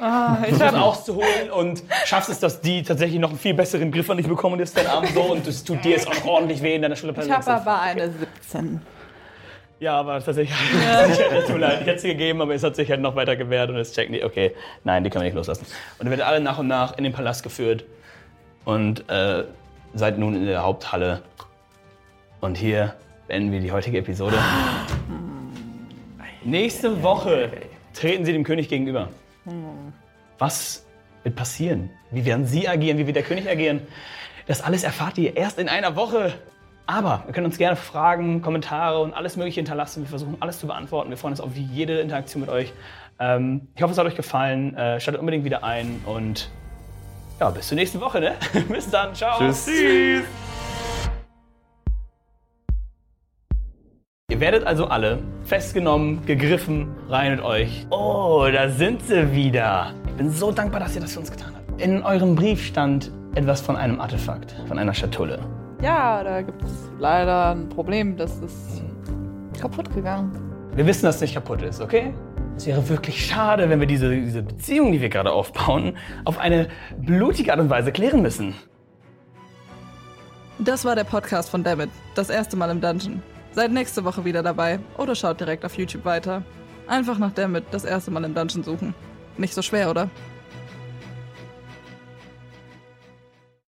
[SPEAKER 4] Ah,
[SPEAKER 6] Ich
[SPEAKER 4] ich
[SPEAKER 6] versuchst
[SPEAKER 4] habe auch.
[SPEAKER 6] auszuholen und schaffst es, dass die tatsächlich noch einen viel besseren Griff an dich bekommen und ist dein Arm so und es tut dir jetzt auch noch ordentlich weh in deiner Schulter.
[SPEAKER 4] Ich habe aber eine 17.
[SPEAKER 6] Ja, aber tatsächlich. Tut mir leid, ich hätte sie gegeben, aber es hat sich halt noch weiter gewehrt und jetzt checken die, okay, nein, die können wir nicht loslassen. Und ihr werdet alle nach und nach in den Palast geführt und äh, seid nun in der Haupthalle. Und hier beenden wir die heutige Episode. Nächste Woche treten sie dem König gegenüber. Was wird passieren? Wie werden Sie agieren? Wie wird der König agieren? Das alles erfahrt ihr erst in einer Woche. Aber ihr könnt uns gerne Fragen, Kommentare und alles Mögliche hinterlassen. Wir versuchen alles zu beantworten. Wir freuen uns auf jede Interaktion mit euch. Ähm, ich hoffe, es hat euch gefallen. Äh, schaltet unbedingt wieder ein und ja, bis zur nächsten Woche. Ne? bis dann. Ciao.
[SPEAKER 9] Tschüss.
[SPEAKER 6] Ihr werdet also alle festgenommen, gegriffen, rein mit euch. Oh, da sind sie wieder. Ich bin so dankbar, dass ihr das für uns getan habt. In eurem Brief stand etwas von einem Artefakt, von einer Schatulle.
[SPEAKER 13] Ja, da gibt es leider ein Problem, das ist kaputt gegangen.
[SPEAKER 6] Wir wissen, dass es nicht kaputt ist, okay? Es wäre wirklich schade, wenn wir diese, diese Beziehung, die wir gerade aufbauen, auf eine blutige Art und Weise klären müssen.
[SPEAKER 4] Das war der Podcast von Dammit, das erste Mal im Dungeon. Seid nächste Woche wieder dabei oder schaut direkt auf YouTube weiter. Einfach nach Dammit, das erste Mal im Dungeon suchen. Nicht so schwer, oder?